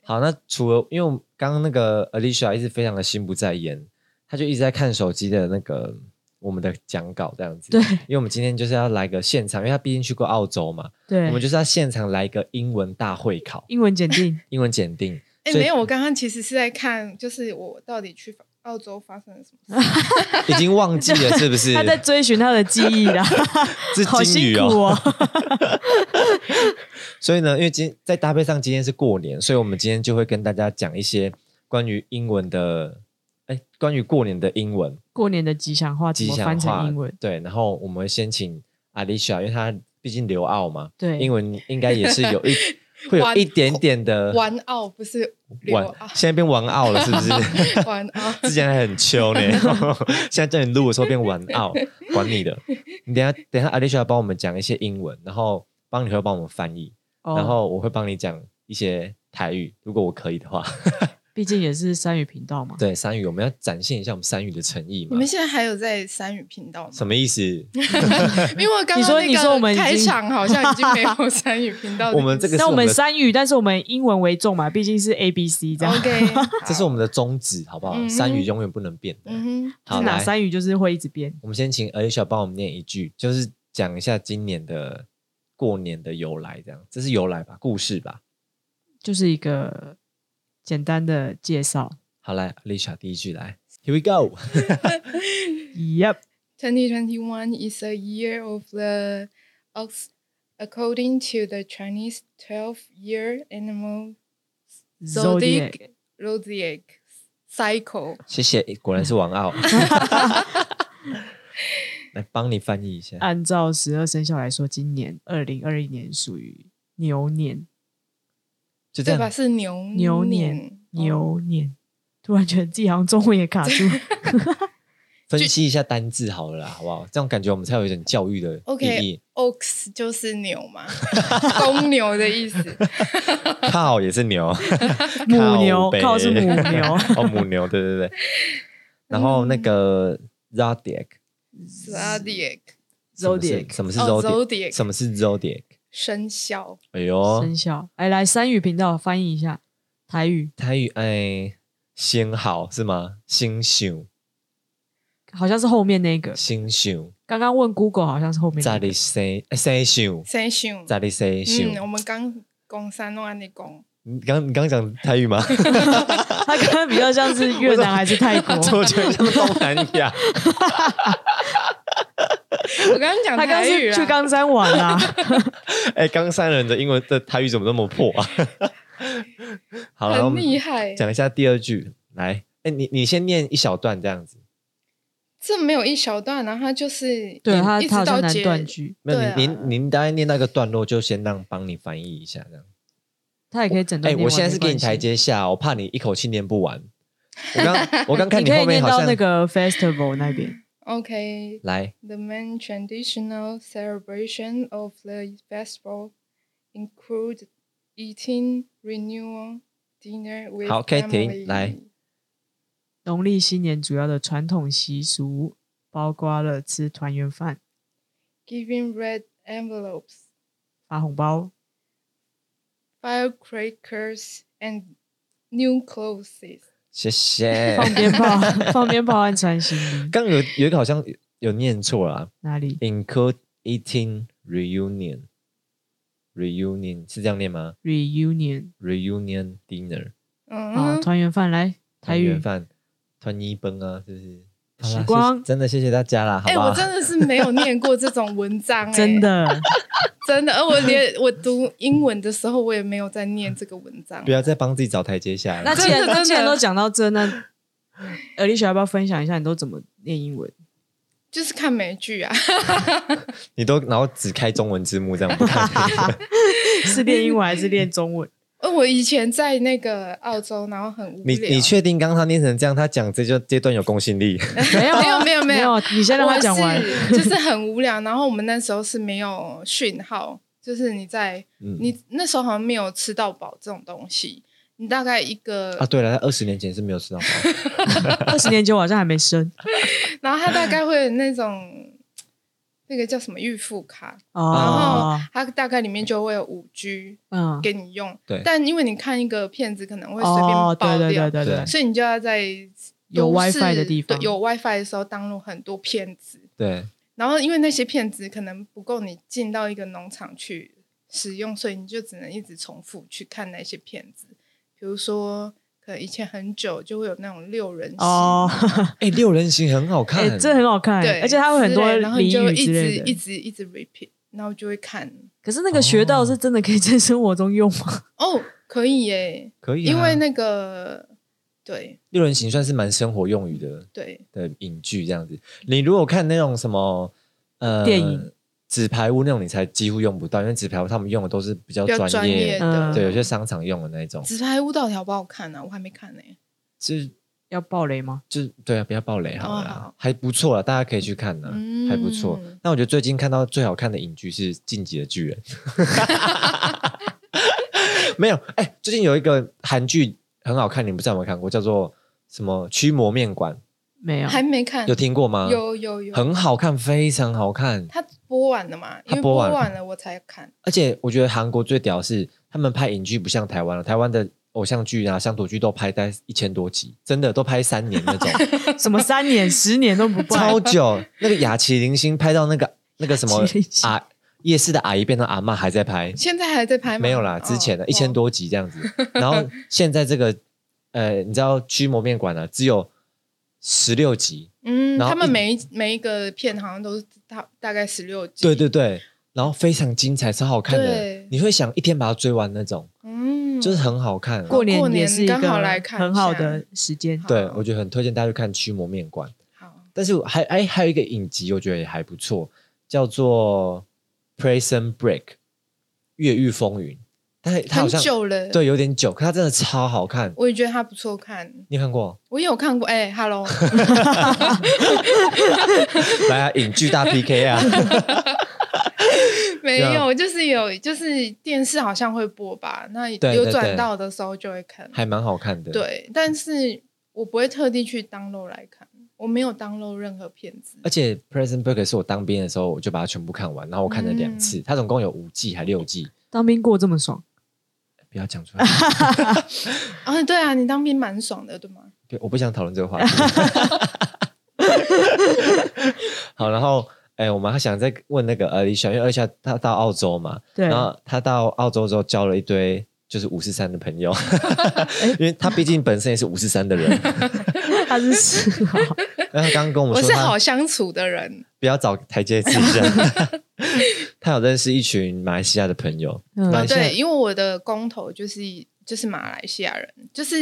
[SPEAKER 2] 好，那除了因为我们刚刚那个 Alicia 一直非常的心不在焉，她就一直在看手机的那个我们的讲稿这样子。
[SPEAKER 1] 对，
[SPEAKER 2] 因为我们今天就是要来个现场，因为她毕竟去过澳洲嘛，
[SPEAKER 1] 对，
[SPEAKER 2] 我们就是要现场来一个英文大会考、
[SPEAKER 1] 英文检定，
[SPEAKER 2] 英文检定。
[SPEAKER 3] 哎，
[SPEAKER 2] 所以
[SPEAKER 3] 没有，我刚刚其实是在看，就是我到底去澳洲发生了什么事，
[SPEAKER 2] [laughs] 已经忘记了是不
[SPEAKER 3] [laughs]
[SPEAKER 2] 是？
[SPEAKER 1] 他在追寻他的记忆啦，
[SPEAKER 2] [laughs] 是
[SPEAKER 1] 好
[SPEAKER 2] 金
[SPEAKER 1] 辛
[SPEAKER 2] 鱼
[SPEAKER 1] 苦
[SPEAKER 2] 哦。
[SPEAKER 1] 哦，
[SPEAKER 2] 所以呢，因为今在搭配上今天是过年，所以我们今天就会跟大家讲一些关于英文的。哎哎，关于过年的英文
[SPEAKER 1] 过年的吉祥话怎
[SPEAKER 2] 吉
[SPEAKER 1] 么
[SPEAKER 2] 祥
[SPEAKER 1] 翻
[SPEAKER 2] 话
[SPEAKER 1] 成英文？
[SPEAKER 2] 对，然后我们先请 Alicia，因为她毕竟留澳嘛，
[SPEAKER 1] 对，
[SPEAKER 2] 英文应该也是
[SPEAKER 1] [laughs]
[SPEAKER 2] 有一会有
[SPEAKER 3] 玩
[SPEAKER 2] 一点点的
[SPEAKER 3] 玩傲不是流
[SPEAKER 2] 玩
[SPEAKER 3] 傲，
[SPEAKER 2] 现在变玩澳了，是不是？
[SPEAKER 3] 玩傲
[SPEAKER 2] [laughs] 之前还很秋呢， [laughs] 现在叫你录的时候变玩
[SPEAKER 1] [laughs]
[SPEAKER 2] 澳，管你的。你等一下等一下，Alicia 帮我们讲一些英文，然后帮你会帮我们翻译，
[SPEAKER 1] 哦
[SPEAKER 2] 然后我会帮你讲一些台语，如果我可以的话。
[SPEAKER 1] 毕竟也是三语频道嘛。
[SPEAKER 2] 对，三语我们要展现一下我们三语的诚意
[SPEAKER 3] 你
[SPEAKER 2] 嘛
[SPEAKER 3] 们？现在还有在三语频道吗？
[SPEAKER 2] 什么意思？
[SPEAKER 3] 因为刚
[SPEAKER 1] 你说
[SPEAKER 3] 刚
[SPEAKER 1] 你说我们
[SPEAKER 3] 那
[SPEAKER 1] 已
[SPEAKER 3] 个
[SPEAKER 1] 经
[SPEAKER 3] 开场好像已经没有三语频道的意思，
[SPEAKER 2] 我们这个是
[SPEAKER 1] 那我
[SPEAKER 2] 我们哦
[SPEAKER 1] 们
[SPEAKER 2] 的
[SPEAKER 1] 三语，但是我们英文为重嘛，毕竟是 A B C 这样。
[SPEAKER 3] OK，
[SPEAKER 2] [laughs] 这是我们的宗旨，好不好？
[SPEAKER 3] 嗯哼
[SPEAKER 2] 三语永远不能变。
[SPEAKER 3] 嗯哼，
[SPEAKER 1] 就
[SPEAKER 2] 好，
[SPEAKER 1] 是哪
[SPEAKER 2] 来，
[SPEAKER 1] 三语就是会一直变。
[SPEAKER 2] 我们先请 Alicia 帮我们念一句，就是讲一下今年的过年的由来，这样，这是由来吧，故事吧。
[SPEAKER 1] 就是一个简单的介绍。
[SPEAKER 2] 好，来，Alicia 第一句来，Here we go。
[SPEAKER 1] Yep，
[SPEAKER 3] 2021 is a year of the ox according to the Chinese 12 year animal
[SPEAKER 1] Zodiac
[SPEAKER 3] zodiac cycle.
[SPEAKER 2] 谢谢，果然是王傲。来帮你翻译一下，
[SPEAKER 1] 按照十二生肖来说，今年二零二一年属于牛年，
[SPEAKER 2] 就这
[SPEAKER 3] 对吧？
[SPEAKER 2] 样。
[SPEAKER 3] 是牛
[SPEAKER 1] 牛年
[SPEAKER 3] 年，哦
[SPEAKER 1] 牛年。突然觉得自己好像中文也卡住。
[SPEAKER 2] 分析一下单字好了啦，好不好？这样感觉我们才有一点教育的意义。
[SPEAKER 3] OK，ox 就是牛嘛， [laughs] 公牛的意思。
[SPEAKER 2] 靠也是牛，
[SPEAKER 1] 母牛
[SPEAKER 2] 呗
[SPEAKER 1] 靠是母牛
[SPEAKER 2] [laughs] 哦，母牛，对对对。然后那个
[SPEAKER 1] 嗯
[SPEAKER 2] zodiac，
[SPEAKER 3] zodiac
[SPEAKER 2] 什么
[SPEAKER 1] Zodiac
[SPEAKER 2] 是什么是
[SPEAKER 3] 哦
[SPEAKER 2] zodiac？
[SPEAKER 3] ，zodiac
[SPEAKER 2] 什么是 zodiac？
[SPEAKER 3] 生肖，
[SPEAKER 2] 哎呦，
[SPEAKER 1] 生肖，哎，来三语频道翻译一下台语，
[SPEAKER 2] 台语哎，星好是吗？星宿，
[SPEAKER 1] 好像是后面那个。
[SPEAKER 2] 星宿，
[SPEAKER 1] 刚刚问 Google 好像是后面
[SPEAKER 2] 在
[SPEAKER 1] 那个
[SPEAKER 2] 里生哎生宿，
[SPEAKER 3] 生肖。
[SPEAKER 2] 在里生宿。
[SPEAKER 3] 嗯，我们刚讲三弄安尼讲，
[SPEAKER 2] 你刚你刚讲台语吗？
[SPEAKER 1] [laughs] 他刚刚比较像是越南还是泰
[SPEAKER 3] [laughs]
[SPEAKER 1] 国？
[SPEAKER 2] [laughs] 我觉得像东南亚，
[SPEAKER 3] 我刚刚讲
[SPEAKER 1] 他刚
[SPEAKER 3] 台语
[SPEAKER 1] 是去
[SPEAKER 3] 啊。
[SPEAKER 1] 冈山玩
[SPEAKER 3] [laughs]
[SPEAKER 1] 啦、
[SPEAKER 2] 哎，冈山人的英文的台语怎么那么破啊？ [laughs] 好了，我
[SPEAKER 3] 很
[SPEAKER 2] 们
[SPEAKER 3] 厉害，
[SPEAKER 2] 讲一下第二句，来，哎，你你先念一小段这样子，
[SPEAKER 3] 这没有一小段，然后它就是
[SPEAKER 1] 对
[SPEAKER 3] 一
[SPEAKER 1] 他，
[SPEAKER 3] 一直
[SPEAKER 1] 他好
[SPEAKER 3] 到
[SPEAKER 1] 像难
[SPEAKER 3] 结
[SPEAKER 1] 断句，
[SPEAKER 2] 没有，
[SPEAKER 3] 对啊
[SPEAKER 2] 您您您大概念那个段落，就先让帮你翻译一下这样。
[SPEAKER 1] 他也可以整段
[SPEAKER 2] 哎，
[SPEAKER 1] 念完。
[SPEAKER 2] 我现在是
[SPEAKER 1] 没
[SPEAKER 2] 给
[SPEAKER 1] 关
[SPEAKER 2] 你
[SPEAKER 1] 系
[SPEAKER 2] 台阶下，我怕你一口气念不完。
[SPEAKER 1] [laughs]
[SPEAKER 2] 我刚我刚看
[SPEAKER 1] 你可
[SPEAKER 2] 后
[SPEAKER 1] 以
[SPEAKER 2] 面
[SPEAKER 1] 念
[SPEAKER 2] 好
[SPEAKER 1] 到
[SPEAKER 2] 像
[SPEAKER 1] 那个 festival 那边，
[SPEAKER 3] Okay,
[SPEAKER 2] 来
[SPEAKER 3] the main traditional celebration of the festival include eating renewal dinner with
[SPEAKER 2] 好可以停
[SPEAKER 3] family.
[SPEAKER 2] 来
[SPEAKER 1] 农历新年主要的传统习俗包括了吃团圆饭、
[SPEAKER 3] giving red envelopes,
[SPEAKER 1] 发红
[SPEAKER 2] [laughs]
[SPEAKER 1] 包、
[SPEAKER 3] firecrackers, and new clothes. Uh-huh.
[SPEAKER 2] 谢谢。
[SPEAKER 1] 放鞭炮、 [laughs] 放鞭炮和穿新衣。
[SPEAKER 2] 刚有有一个好像有有念错啦
[SPEAKER 1] 哪里？
[SPEAKER 2] ，include eating reunion reunion 是这样念吗
[SPEAKER 1] reunion
[SPEAKER 2] ？reunion dinner
[SPEAKER 1] 啊，
[SPEAKER 3] 嗯，
[SPEAKER 1] 团圆饭来台
[SPEAKER 2] 团圆
[SPEAKER 1] 语
[SPEAKER 2] 饭团一崩啊，是不是？好啦
[SPEAKER 1] 时光
[SPEAKER 2] 谢真的谢谢大家啦，好
[SPEAKER 3] 哎、
[SPEAKER 2] 不好？
[SPEAKER 3] 我真的是没有念过这种
[SPEAKER 1] [laughs]
[SPEAKER 3] 文章、哎，
[SPEAKER 1] 真
[SPEAKER 3] [laughs]
[SPEAKER 1] 的
[SPEAKER 3] 真的，而我连我读英文的时候，我也没有在念这个文
[SPEAKER 2] [laughs]
[SPEAKER 3] 章
[SPEAKER 2] 不。要再帮自己找台阶下
[SPEAKER 1] 那
[SPEAKER 2] 了。
[SPEAKER 1] 既然
[SPEAKER 3] 真的
[SPEAKER 1] 那既然
[SPEAKER 3] 真的
[SPEAKER 1] 都讲到这，那 Alicia 要不要分享一下你都怎么念英文？
[SPEAKER 3] 就是看美剧啊，
[SPEAKER 2] 你都然后只开中文字幕这样不看，
[SPEAKER 1] 是练英文还是练中文？
[SPEAKER 3] 呃，我以前在那个澳洲，然后很无
[SPEAKER 2] 你
[SPEAKER 3] 聊。
[SPEAKER 2] 你确定刚刚他念成这样，他讲这就这段有公信力？
[SPEAKER 1] 没 [laughs] 有
[SPEAKER 3] 没有
[SPEAKER 1] 啊
[SPEAKER 3] 没有
[SPEAKER 1] 没
[SPEAKER 3] 没
[SPEAKER 1] 有
[SPEAKER 3] 有，
[SPEAKER 1] 你先让他讲完
[SPEAKER 3] 我。是就是很无聊。然后我们那时候是没有讯号，就是你在
[SPEAKER 2] 嗯，
[SPEAKER 3] 你那时候好像没有吃到饱这种东西。你大概一个，
[SPEAKER 2] 啊，对了，他二十年前是没有吃到饱的，
[SPEAKER 1] [laughs] 二十年前我好像还没生
[SPEAKER 3] 然后它大概会有那种那个叫什么预付卡，然后
[SPEAKER 1] 哦，
[SPEAKER 3] 它大概里面就会有五 G
[SPEAKER 1] 嗯，
[SPEAKER 3] 给你用。
[SPEAKER 2] 对
[SPEAKER 3] 但因为你看一个片子可能会随便
[SPEAKER 1] 哦，
[SPEAKER 3] 爆
[SPEAKER 1] 对对
[SPEAKER 3] 掉
[SPEAKER 1] 对，对对
[SPEAKER 2] 对，
[SPEAKER 3] 所以你就要在
[SPEAKER 1] 有
[SPEAKER 3] 都市
[SPEAKER 1] WiFi 的地方
[SPEAKER 3] 对有 WiFi 的时候登录很多片子。
[SPEAKER 2] 对，
[SPEAKER 3] 然后因为那些片子可能不够你进到一个农场去使用，所以你就只能一直重复去看那些片子。比如说，可能以前很久就会有那种六人行，
[SPEAKER 1] 哦，
[SPEAKER 2] 哎，六人行很好
[SPEAKER 1] 哎， [laughs]
[SPEAKER 2] 看，
[SPEAKER 1] 这很好看，
[SPEAKER 3] 对，
[SPEAKER 1] 而且它会很
[SPEAKER 3] 之
[SPEAKER 1] 多
[SPEAKER 3] 类然后你
[SPEAKER 1] 俚
[SPEAKER 3] 就
[SPEAKER 1] 语之
[SPEAKER 3] 一直
[SPEAKER 1] 类
[SPEAKER 3] 一
[SPEAKER 1] 的。
[SPEAKER 3] 直一直 repeat，然后就会看
[SPEAKER 1] 可是那个学到
[SPEAKER 2] 哦
[SPEAKER 1] 是真的可以在生活中用吗？
[SPEAKER 3] 哦，可以耶，
[SPEAKER 2] 可以啊，
[SPEAKER 3] 因为那个对
[SPEAKER 2] 六人行算是蛮生活用语的
[SPEAKER 3] 对，
[SPEAKER 2] 的影剧这样子。你如果看那种什么呃
[SPEAKER 1] 电影、
[SPEAKER 2] 纸牌屋那种，你才几乎用不到，因为纸牌屋他们用的都是比较
[SPEAKER 3] 比较
[SPEAKER 2] 专
[SPEAKER 3] 专业的。
[SPEAKER 1] 嗯
[SPEAKER 2] 对，有些商场用的那一种，
[SPEAKER 3] 纸牌屋到底好不好看啊呢？我还没看呢。
[SPEAKER 2] 就是
[SPEAKER 1] [laughs] 要爆雷吗？
[SPEAKER 2] 就是对啊，不要暴雷好了啦，
[SPEAKER 3] 哦好
[SPEAKER 2] 还不错啦，大家可以去看呢、
[SPEAKER 3] 嗯
[SPEAKER 2] 还不错。那我觉得最近看到最好看的影剧是《进击的巨人》， [laughs] 没有，哎、最近有一个韩剧很好看，你不知道有没有看过，叫做什么《驱魔面馆
[SPEAKER 1] 没有，
[SPEAKER 3] 还没看》，
[SPEAKER 2] 有，听过吗？，
[SPEAKER 3] 嗯有有有，
[SPEAKER 2] 很好看，非常好看。
[SPEAKER 3] 他播完了嘛？因
[SPEAKER 2] 它
[SPEAKER 3] 为
[SPEAKER 2] 播
[SPEAKER 3] 播
[SPEAKER 2] 完了
[SPEAKER 3] 完了我才看。
[SPEAKER 2] 而且我觉得韩国最屌的是，他们拍影剧不像台湾了，台湾的偶像剧啊、乡土剧都拍大概一千多集，真的都拍三年那种。
[SPEAKER 1] 什么三
[SPEAKER 3] [laughs]
[SPEAKER 1] 年、十年都不爆
[SPEAKER 2] 超。久。那个雅琪零星拍到那
[SPEAKER 3] [laughs]
[SPEAKER 2] 个那个什么
[SPEAKER 1] 雅琪零星
[SPEAKER 2] 啊，夜市的阿姨变成阿嬷还在拍，
[SPEAKER 3] 现在还在拍吗？哦
[SPEAKER 2] 没有啦，之前的一千
[SPEAKER 3] 多。
[SPEAKER 2] 多集这
[SPEAKER 3] [laughs]
[SPEAKER 2] 样子。然后现在这个呃，你知道驱魔面馆呢、啊只有十六集，
[SPEAKER 3] 嗯，
[SPEAKER 2] 然后
[SPEAKER 3] 他们
[SPEAKER 2] 一
[SPEAKER 3] 每一每一个片好像都是大大概十六集。
[SPEAKER 2] 对对，对，然后非常精彩，超好看的
[SPEAKER 3] 对，
[SPEAKER 2] 你会想一天把它追完那种，
[SPEAKER 3] 嗯，
[SPEAKER 2] 就是很好看。
[SPEAKER 1] 过年
[SPEAKER 3] 过年
[SPEAKER 1] 也是一个
[SPEAKER 3] 刚好来看一下
[SPEAKER 1] 很好的时间
[SPEAKER 3] 好。
[SPEAKER 2] 对，我觉得很推荐大家去看《驱魔面馆》。
[SPEAKER 3] 好
[SPEAKER 2] 但是我还哎，还有一个影集，我觉得也还不错，叫做《Prison Break》越狱风云。但是它好
[SPEAKER 3] 很
[SPEAKER 2] 像
[SPEAKER 3] 久了。，
[SPEAKER 2] 对有点久，可它真的超好看。
[SPEAKER 3] 我也觉得它不错看，
[SPEAKER 2] 你有看过？
[SPEAKER 3] 我也有看过。哎，Hello，
[SPEAKER 2] [laughs]
[SPEAKER 3] [laughs]
[SPEAKER 2] 来啊，影剧大 PK
[SPEAKER 3] [laughs]
[SPEAKER 2] 啊！
[SPEAKER 3] 没
[SPEAKER 2] 对啊
[SPEAKER 3] 有，就是有，就是电视好像会播吧，那
[SPEAKER 2] 对
[SPEAKER 3] 有
[SPEAKER 2] 对对
[SPEAKER 3] 转到的时候就会看。
[SPEAKER 2] 还蛮好看的。，
[SPEAKER 3] 对，但是我不会特地去 download 来看，我没有 download 任何片子。
[SPEAKER 2] 而且《Prison Break》是我当兵的时候，我就把它全部看完，然后我看
[SPEAKER 3] 嗯
[SPEAKER 2] 了两次，它总共有五季还六季，
[SPEAKER 1] 当兵过这么爽，
[SPEAKER 2] 不要讲出
[SPEAKER 3] [laughs]
[SPEAKER 2] 来。
[SPEAKER 3] 啊，对啊，你当兵蛮爽的，对吗？
[SPEAKER 2] 对，我不想讨论这个话
[SPEAKER 3] [laughs]
[SPEAKER 2] 题。好，然后哎、我们还想再问那个呃李璇，因为而且他到澳洲嘛，
[SPEAKER 1] 对
[SPEAKER 2] 然后他到澳洲之后交了一堆就是五四三的朋
[SPEAKER 3] [laughs]
[SPEAKER 2] 友，因为他毕竟本身也是五四三的人。
[SPEAKER 1] 他是是好，
[SPEAKER 2] 然后他刚刚跟我
[SPEAKER 3] 我
[SPEAKER 2] 们说，
[SPEAKER 3] 是好
[SPEAKER 2] 他
[SPEAKER 3] 相处的人，
[SPEAKER 2] 不要找台阶自
[SPEAKER 3] [laughs]
[SPEAKER 2] 己他有认识一群马来西亚的朋友，
[SPEAKER 1] 嗯 [laughs]
[SPEAKER 2] 马来
[SPEAKER 3] 啊，
[SPEAKER 2] 西亚
[SPEAKER 3] 对，因为我的工头就是就是马来西亚人，就是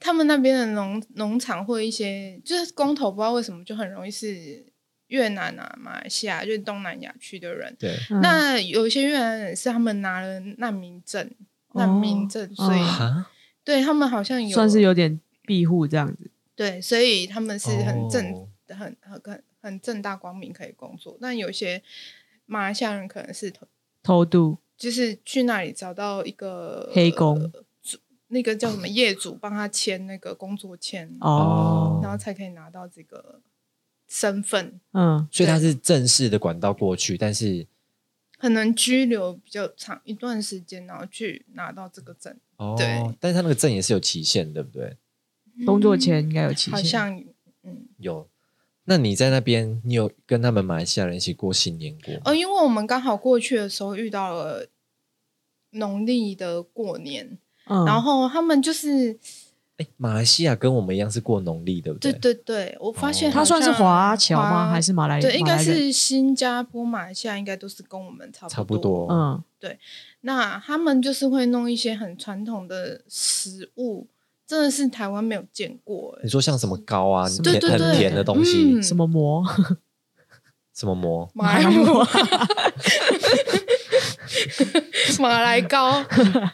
[SPEAKER 3] 他们那边的农农场或一些就是工头，不知道为什么就很容易是越南啊、马来西亚就是东南亚区的人。
[SPEAKER 2] 对，
[SPEAKER 1] 嗯
[SPEAKER 3] 那有一些越南人是他们拿了难民证，
[SPEAKER 1] 哦
[SPEAKER 3] 难民证，所以、
[SPEAKER 1] 啊
[SPEAKER 2] 啊，
[SPEAKER 3] 对他们好像有
[SPEAKER 1] 算是有点庇护这样子。
[SPEAKER 3] 对，所以他们是很正、
[SPEAKER 2] 哦
[SPEAKER 3] 很很很很正大光明可以工作，但有些马来西亚人可能是
[SPEAKER 1] 偷渡
[SPEAKER 3] 就是去那里找到一个
[SPEAKER 1] 黑工
[SPEAKER 3] 呃主那个叫什么业主帮他签那个工作签，
[SPEAKER 1] 哦，
[SPEAKER 3] 然后才可以拿到这个身份，
[SPEAKER 1] 嗯，
[SPEAKER 2] 所以他是正式的管道过去，但是
[SPEAKER 3] 可能拘留比较长一段时间，然后去拿到这个证。
[SPEAKER 2] 哦，
[SPEAKER 3] 对
[SPEAKER 2] 但是他那个证也是有期限，对不对？嗯
[SPEAKER 1] 工作前应该有期
[SPEAKER 3] 好
[SPEAKER 1] 限。
[SPEAKER 3] 像嗯
[SPEAKER 2] 有。那你在那边，你有跟他们马来西亚人一起过新年过吗？
[SPEAKER 3] 哦，因为我们刚好过去的时候遇到了农历的过年，
[SPEAKER 1] 嗯，
[SPEAKER 3] 然后他们就是
[SPEAKER 2] 诶哎马来西亚跟我们一样是过农历，对不
[SPEAKER 3] 对
[SPEAKER 2] 对？
[SPEAKER 3] 对对，我发现
[SPEAKER 2] 哦
[SPEAKER 1] 他算是
[SPEAKER 3] 好像
[SPEAKER 1] 华侨吗？
[SPEAKER 3] 华
[SPEAKER 1] 还是马来？
[SPEAKER 3] 对，应该
[SPEAKER 1] 马来人
[SPEAKER 3] 是新加坡、马来西亚应该都是跟我们差不
[SPEAKER 2] 差不。多。
[SPEAKER 1] 嗯
[SPEAKER 3] 那他们就是会弄一些很传统的食物，真的是台湾没有见过、欸
[SPEAKER 2] 你。说像什么糕啊，
[SPEAKER 1] 什么
[SPEAKER 2] 甜
[SPEAKER 3] 对对对
[SPEAKER 2] 很甜的东西，
[SPEAKER 3] 嗯
[SPEAKER 1] 什么膜？
[SPEAKER 2] 什么馍，
[SPEAKER 1] [laughs]
[SPEAKER 3] 马来
[SPEAKER 1] 马
[SPEAKER 3] [laughs] 姆、马来糕、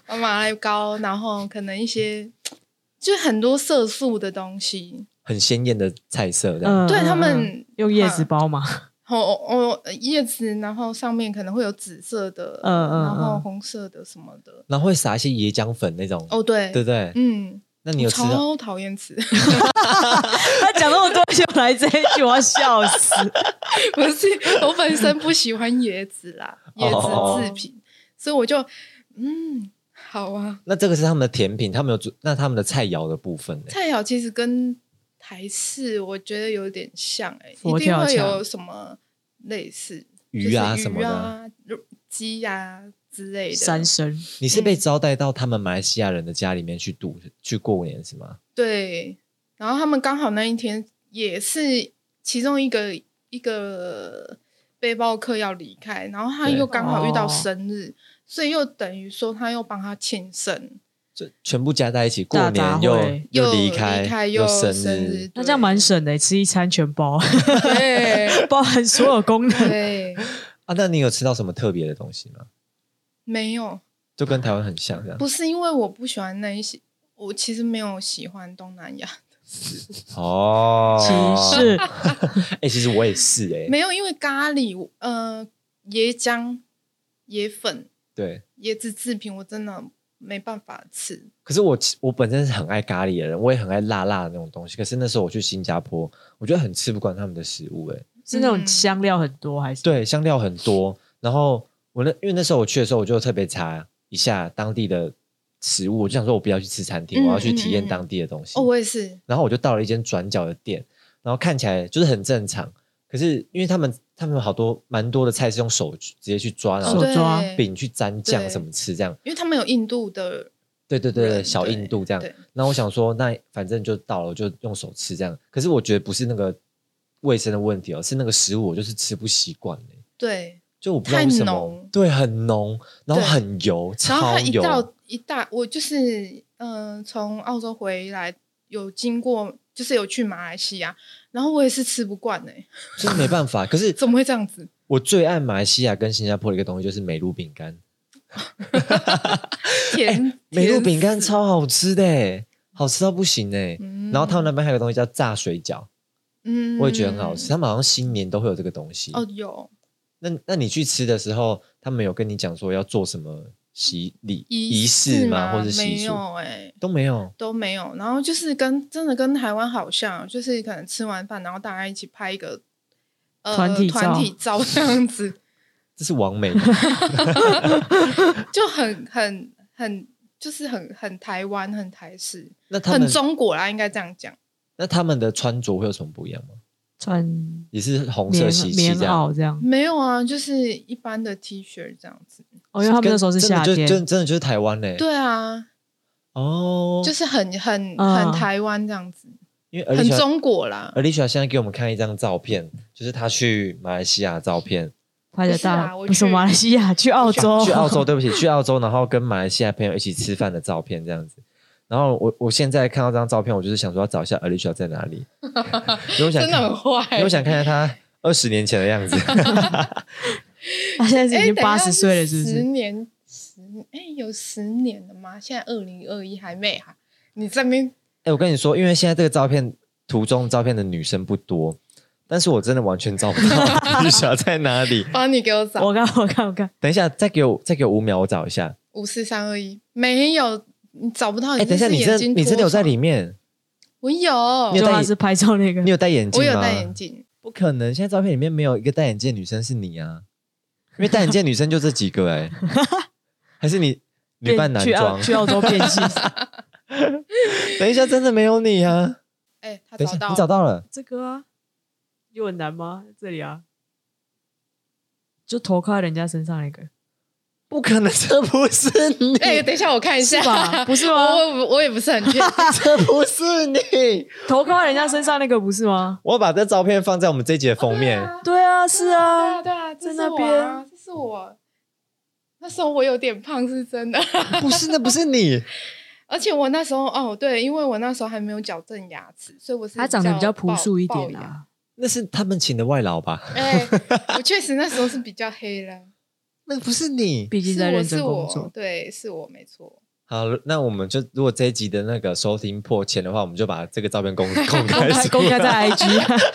[SPEAKER 3] 呃马来糕，然后可能一些就很多色素的东西。
[SPEAKER 2] 很鲜艳的菜色这样。
[SPEAKER 1] 嗯，
[SPEAKER 3] 对他
[SPEAKER 1] 嗯
[SPEAKER 3] 们，
[SPEAKER 1] [laughs] 用叶子包嘛，
[SPEAKER 3] 哦哦哦叶子，然后上面可能会有紫色的，
[SPEAKER 1] 嗯嗯
[SPEAKER 3] 然后
[SPEAKER 1] 嗯
[SPEAKER 3] 红色的什么的。
[SPEAKER 2] 然后会撒一些椰浆粉那种，
[SPEAKER 3] 哦，对，
[SPEAKER 2] 对不对？
[SPEAKER 3] 嗯，
[SPEAKER 2] 那你有吃到？
[SPEAKER 3] 超讨厌吃，
[SPEAKER 1] 他讲那么多，就来这一句，我要笑死。
[SPEAKER 3] [laughs] 不是我本身不喜欢椰子啦，椰
[SPEAKER 2] 哦
[SPEAKER 3] 子制品，所以我就嗯，好啊。
[SPEAKER 2] 那这个是他们的甜品，他们有煮，那他们的菜肴的部分呢？
[SPEAKER 3] 菜肴其实跟台式我觉得有点像、欸，
[SPEAKER 1] 佛
[SPEAKER 3] 一定
[SPEAKER 1] 跳
[SPEAKER 3] 会
[SPEAKER 1] 墙
[SPEAKER 3] 有什么类似
[SPEAKER 2] 鱼啊
[SPEAKER 3] 就是
[SPEAKER 2] 什么
[SPEAKER 3] 鱼
[SPEAKER 2] 的。
[SPEAKER 3] 啊、肉鸡呀、之类
[SPEAKER 1] [laughs]
[SPEAKER 3] 的。
[SPEAKER 1] 三生，
[SPEAKER 2] 你是被招待到他们马来西亚人的家里面去度去过年是吗？
[SPEAKER 3] 对，然后他们刚好那一天也是其中一个一个背包客要离开，然后他
[SPEAKER 2] 对
[SPEAKER 3] 又刚好遇到
[SPEAKER 1] 哦
[SPEAKER 3] 生日，所以又等于说他又帮他庆生，
[SPEAKER 2] 这全部加在一起，过
[SPEAKER 1] 大杂
[SPEAKER 2] 年又
[SPEAKER 1] 烩
[SPEAKER 2] 又离
[SPEAKER 3] 开，
[SPEAKER 2] 开，
[SPEAKER 3] 又
[SPEAKER 2] 生
[SPEAKER 3] 日
[SPEAKER 2] 日，，
[SPEAKER 1] 那这样蛮省的，吃一餐全包， [laughs]
[SPEAKER 3] 对
[SPEAKER 1] 包含所有功能。
[SPEAKER 2] [laughs]
[SPEAKER 3] 对，
[SPEAKER 2] 啊！那你有吃到什么特别的东西吗？
[SPEAKER 3] 没有，
[SPEAKER 2] 就跟台湾很像这样
[SPEAKER 3] 不 [laughs] 是因为我不喜欢那一些，我其实没有喜欢东南亚，
[SPEAKER 2] 哦。
[SPEAKER 1] 其
[SPEAKER 3] [laughs]
[SPEAKER 1] 实
[SPEAKER 2] 哎、其实我也是哎、
[SPEAKER 3] 没有因为咖喱，呃，椰浆、椰粉、
[SPEAKER 2] 对。
[SPEAKER 3] 椰子制品，我真的没办法吃。
[SPEAKER 2] 可是我其我本身是很爱咖喱的人，我也很爱辣辣的那种东西。可是那时候我去新加坡，我觉得很吃不惯他们的食物哎、
[SPEAKER 1] 是那种
[SPEAKER 3] 嗯
[SPEAKER 1] 香料很多还是？
[SPEAKER 2] 对，香料很多。然后我那因为那时候我去的时候，我就特别查一下当地的食物，我就想说我不要去吃餐厅，
[SPEAKER 3] 嗯
[SPEAKER 2] 我要去体
[SPEAKER 3] 嗯
[SPEAKER 2] 验
[SPEAKER 3] 嗯
[SPEAKER 2] 当地的东西。
[SPEAKER 3] 哦，我也是，
[SPEAKER 2] 然后我就到了一间转角的店，然后看起来就是很正常，可是因为他们他们有好多蛮多的菜是用手去直接去抓，然
[SPEAKER 1] 手
[SPEAKER 2] 后
[SPEAKER 3] 哦
[SPEAKER 1] 抓
[SPEAKER 3] 对
[SPEAKER 2] 饼去沾酱
[SPEAKER 3] 对
[SPEAKER 2] 怎么吃这样。
[SPEAKER 3] 因为他们有印度的
[SPEAKER 2] 对对对对，
[SPEAKER 3] 人
[SPEAKER 2] 小
[SPEAKER 3] 对
[SPEAKER 2] 印度这样
[SPEAKER 3] 对。
[SPEAKER 2] 然后我想说，那反正就到了，我就用手吃这样。可是我觉得不是那个卫生的问题哦，是那个食物我就是吃不习惯欸
[SPEAKER 3] 对，
[SPEAKER 2] 就我不知道为什
[SPEAKER 3] 太
[SPEAKER 2] 么
[SPEAKER 3] 浓，
[SPEAKER 2] 对，很浓，然后
[SPEAKER 3] 对
[SPEAKER 2] 很油，
[SPEAKER 3] 然后
[SPEAKER 2] 超
[SPEAKER 3] 他一
[SPEAKER 2] 油。
[SPEAKER 3] 到一大，我就是嗯、呃从澳洲回来有经过，就是有去马来西亚，然后我也是吃不惯哎、
[SPEAKER 2] 就是没办法。可是
[SPEAKER 3] 怎么会这样子？
[SPEAKER 2] 我最爱马来西亚跟新加坡的一个东西就是梅露饼干，
[SPEAKER 3] 甜、
[SPEAKER 2] 梅哎露饼干
[SPEAKER 3] 甜死，
[SPEAKER 2] 超好吃的欸，好吃到不行哎。
[SPEAKER 3] 嗯
[SPEAKER 2] 然后他们那边还有个东西叫炸水饺，
[SPEAKER 3] 嗯
[SPEAKER 2] 我也觉得很好吃。他们好像新年都会有这个东西。
[SPEAKER 3] 哦，有
[SPEAKER 2] 那那你去吃的时候，他们有跟你讲说要做什么习礼仪
[SPEAKER 3] 式
[SPEAKER 2] 式吗？
[SPEAKER 3] 吗？
[SPEAKER 2] 或者习
[SPEAKER 3] 没
[SPEAKER 2] 俗
[SPEAKER 3] 有哎、
[SPEAKER 2] 都没有？
[SPEAKER 3] 都没有，然后就是跟真的跟台湾好像，就是可能吃完饭，然后大家一起拍一个呃
[SPEAKER 1] 团体照
[SPEAKER 3] 团体照这样子， [laughs]
[SPEAKER 2] 这是完美
[SPEAKER 3] 就很很很就是很很台湾，很台式，
[SPEAKER 2] 那他
[SPEAKER 3] 很
[SPEAKER 2] 们
[SPEAKER 3] 中国啦，应该这样讲。
[SPEAKER 2] 那他们的穿着会有什么不一样吗？
[SPEAKER 1] 穿
[SPEAKER 2] 也是红色
[SPEAKER 1] 棉
[SPEAKER 2] 喜气
[SPEAKER 1] 棉
[SPEAKER 2] 这样。
[SPEAKER 1] 袄这样。
[SPEAKER 3] 没有啊，就是一般的 T 恤这样子。
[SPEAKER 1] 哦，因为他们
[SPEAKER 2] 跟
[SPEAKER 1] 那时候是
[SPEAKER 2] 真的
[SPEAKER 1] 夏
[SPEAKER 2] 就
[SPEAKER 1] 天，
[SPEAKER 2] 真真的就是台湾嘞。
[SPEAKER 3] 对啊，
[SPEAKER 2] 哦，
[SPEAKER 3] 就是很很
[SPEAKER 1] 啊
[SPEAKER 3] 很台湾这样子，
[SPEAKER 2] 因为
[SPEAKER 3] 很
[SPEAKER 2] Alicia
[SPEAKER 3] 中国啦。
[SPEAKER 2] Alicia 现在给我们看一张照片，就是她去马来西亚的照片，
[SPEAKER 1] 拍的
[SPEAKER 3] 不是啊
[SPEAKER 1] 大
[SPEAKER 3] 我
[SPEAKER 1] 不是
[SPEAKER 3] 去
[SPEAKER 1] 马来西亚，去澳洲，
[SPEAKER 3] 哦
[SPEAKER 2] 去澳洲，对不起，去澳洲，然后跟马来西亚朋友一起吃饭的照片这样子。然后我我现在看到这张照片，我就是想说要找一下 Alicia 在哪
[SPEAKER 3] [laughs]
[SPEAKER 2] 里，因为我想
[SPEAKER 3] 真的
[SPEAKER 2] 看
[SPEAKER 3] 很坏、
[SPEAKER 2] 因为我想看一下她二十年前的
[SPEAKER 3] [laughs]
[SPEAKER 2] 样子。
[SPEAKER 1] [laughs] 他现在
[SPEAKER 3] 哎，
[SPEAKER 1] 是已经
[SPEAKER 3] 等一下
[SPEAKER 1] 八十岁了，是不
[SPEAKER 3] 十
[SPEAKER 1] 是？
[SPEAKER 3] 年，十哎、有十年了吗？现在二零二一还没哈、你这边
[SPEAKER 2] 哎、我跟你说，因为现在这个照片图中照片的女生不多，但是我真的完全找不
[SPEAKER 3] [laughs]
[SPEAKER 2] 到 Alicia 在哪里。
[SPEAKER 3] 帮你给我找
[SPEAKER 1] 我看，我看，我看，
[SPEAKER 2] 等一下，再给我再给我五秒，我找一下。
[SPEAKER 3] 五四三二一，没有，你找不到。
[SPEAKER 2] 哎、等一下，
[SPEAKER 3] 是
[SPEAKER 2] 你
[SPEAKER 3] 眼
[SPEAKER 2] 真
[SPEAKER 3] 睛
[SPEAKER 2] 你真的有在
[SPEAKER 3] 脱
[SPEAKER 2] 里面？
[SPEAKER 3] 窗？我有，
[SPEAKER 2] 你有
[SPEAKER 1] 就
[SPEAKER 2] 戴
[SPEAKER 1] 他是拍照那个
[SPEAKER 2] 你，有戴眼镜
[SPEAKER 3] 我
[SPEAKER 2] 吗？
[SPEAKER 3] 有戴眼镜。
[SPEAKER 2] 不可能，现在照片里面没有一个戴眼镜的女生是你啊，因为戴眼镜的女生就这几个哎、还是你女扮男
[SPEAKER 1] 去澳
[SPEAKER 2] 装？
[SPEAKER 1] 去啊澳洲变
[SPEAKER 2] [laughs]
[SPEAKER 1] 性，
[SPEAKER 2] 等一下，真的没有你啊！
[SPEAKER 3] 哎、他
[SPEAKER 2] 等一
[SPEAKER 3] 找
[SPEAKER 2] 下，
[SPEAKER 3] 到
[SPEAKER 2] 你 [laughs] 找到了，
[SPEAKER 1] 这个啊，有很难吗？这里啊，就头靠在人家身上那个，
[SPEAKER 2] 不可能，这不是 [laughs] 你，
[SPEAKER 3] 哎、等一下，我看一下
[SPEAKER 1] 是吧？不是
[SPEAKER 3] [laughs] 我
[SPEAKER 1] 吗？
[SPEAKER 3] 我我也不是很
[SPEAKER 2] [laughs]
[SPEAKER 3] 确定。
[SPEAKER 2] 这不是你。
[SPEAKER 1] 头靠在人家身上那个不是吗？
[SPEAKER 2] 我把这照片放在我们这一集的封面。
[SPEAKER 1] 对啊，是啊，
[SPEAKER 3] 对啊，这
[SPEAKER 1] 在
[SPEAKER 3] 是
[SPEAKER 1] 那
[SPEAKER 3] 我啊
[SPEAKER 1] 边，
[SPEAKER 3] 这是我。那时候我有点胖是真的，
[SPEAKER 2] 不是，那不是你，
[SPEAKER 3] 而且我那时候哦，对，因为我那时候还没有矫正龅齿，所以我是
[SPEAKER 1] 他长得比较朴
[SPEAKER 3] 龅
[SPEAKER 1] 素一点。
[SPEAKER 3] 龅牙
[SPEAKER 1] 啊。
[SPEAKER 2] 那是他们请的外劳吧？
[SPEAKER 3] 哎，我确实那时候是比较黑了，
[SPEAKER 2] 那不是你。
[SPEAKER 1] [laughs] 毕竟
[SPEAKER 3] 是
[SPEAKER 1] 在
[SPEAKER 3] 我
[SPEAKER 1] 认
[SPEAKER 3] 是
[SPEAKER 1] 真工
[SPEAKER 3] 我，
[SPEAKER 1] 作，
[SPEAKER 3] 对，是我没错。
[SPEAKER 2] 好，那我们就如果这一集的那个收听破千的话，我们就把这个照 [laughs] 片公公开出来
[SPEAKER 1] [laughs] 公开在 IG，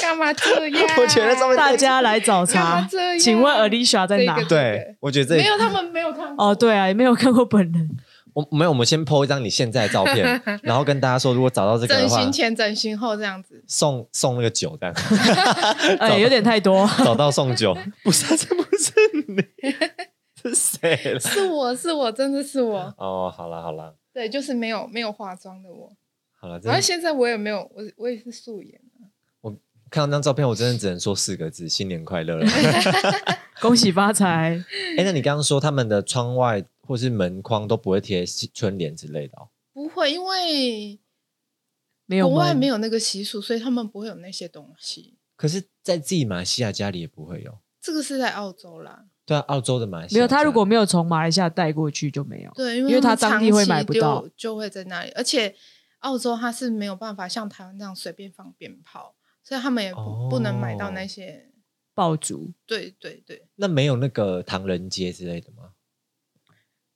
[SPEAKER 3] 干嘛这样？
[SPEAKER 2] [laughs] 我觉得这么
[SPEAKER 1] 大家来找
[SPEAKER 3] 干
[SPEAKER 1] 茬
[SPEAKER 3] 嘛这样。
[SPEAKER 1] 请问 Alicia 在哪
[SPEAKER 3] 这？个
[SPEAKER 2] 对，我觉得这
[SPEAKER 3] 没有，他们没有看过。
[SPEAKER 1] 哦，，对啊，也没有看过本人，
[SPEAKER 2] 我没有，我们先 po 一张你现在的照
[SPEAKER 3] [laughs]
[SPEAKER 2] 片，然后跟大家说，如果找到这个的
[SPEAKER 3] 整
[SPEAKER 2] 话
[SPEAKER 3] 形，前、整形后这样子。
[SPEAKER 2] 送送那个酒，这样 [laughs]
[SPEAKER 1] 哎，有点太多。
[SPEAKER 2] 找到送酒， [laughs] 不是，这不是你，是谁了？
[SPEAKER 3] 是我是我，真的是我，
[SPEAKER 2] [laughs] 哦，好了好了
[SPEAKER 3] 对，就是没有没有化妆的我。
[SPEAKER 2] 好了，真的
[SPEAKER 3] 然后现在我也没有，我我也是素颜。
[SPEAKER 2] 看到那张照片，我真的只能说四个字：新年快乐了。
[SPEAKER 3] [laughs]
[SPEAKER 1] 恭喜发财！
[SPEAKER 2] 哎，那你刚刚说他们的窗外或是门框都不会贴春联之类的哦？
[SPEAKER 3] 不会，因为
[SPEAKER 1] 没有
[SPEAKER 3] 国外
[SPEAKER 1] 门
[SPEAKER 3] 没有那个习俗，所以他们不会有那些东西。
[SPEAKER 2] 可是，在自己马来西亚家里也不会有。
[SPEAKER 3] 这个是在澳洲啦，
[SPEAKER 2] 对啊，澳洲的马来西亚
[SPEAKER 1] 没有，他
[SPEAKER 2] 这样
[SPEAKER 1] 如果没有从马来西亚带过去就没有。
[SPEAKER 3] 对，因为
[SPEAKER 1] 因为
[SPEAKER 3] 他
[SPEAKER 1] 它当
[SPEAKER 3] 长
[SPEAKER 1] 地会
[SPEAKER 3] 期
[SPEAKER 1] 买不
[SPEAKER 3] 丢
[SPEAKER 1] 到，
[SPEAKER 3] 就会在那里。而且澳洲它是没有办法像台湾这样随便放鞭炮，所以他们也不、不能买到那
[SPEAKER 2] 哦
[SPEAKER 3] 些。
[SPEAKER 1] 爆竹
[SPEAKER 3] 对对对，
[SPEAKER 2] 那没有那个唐人街之类的吗？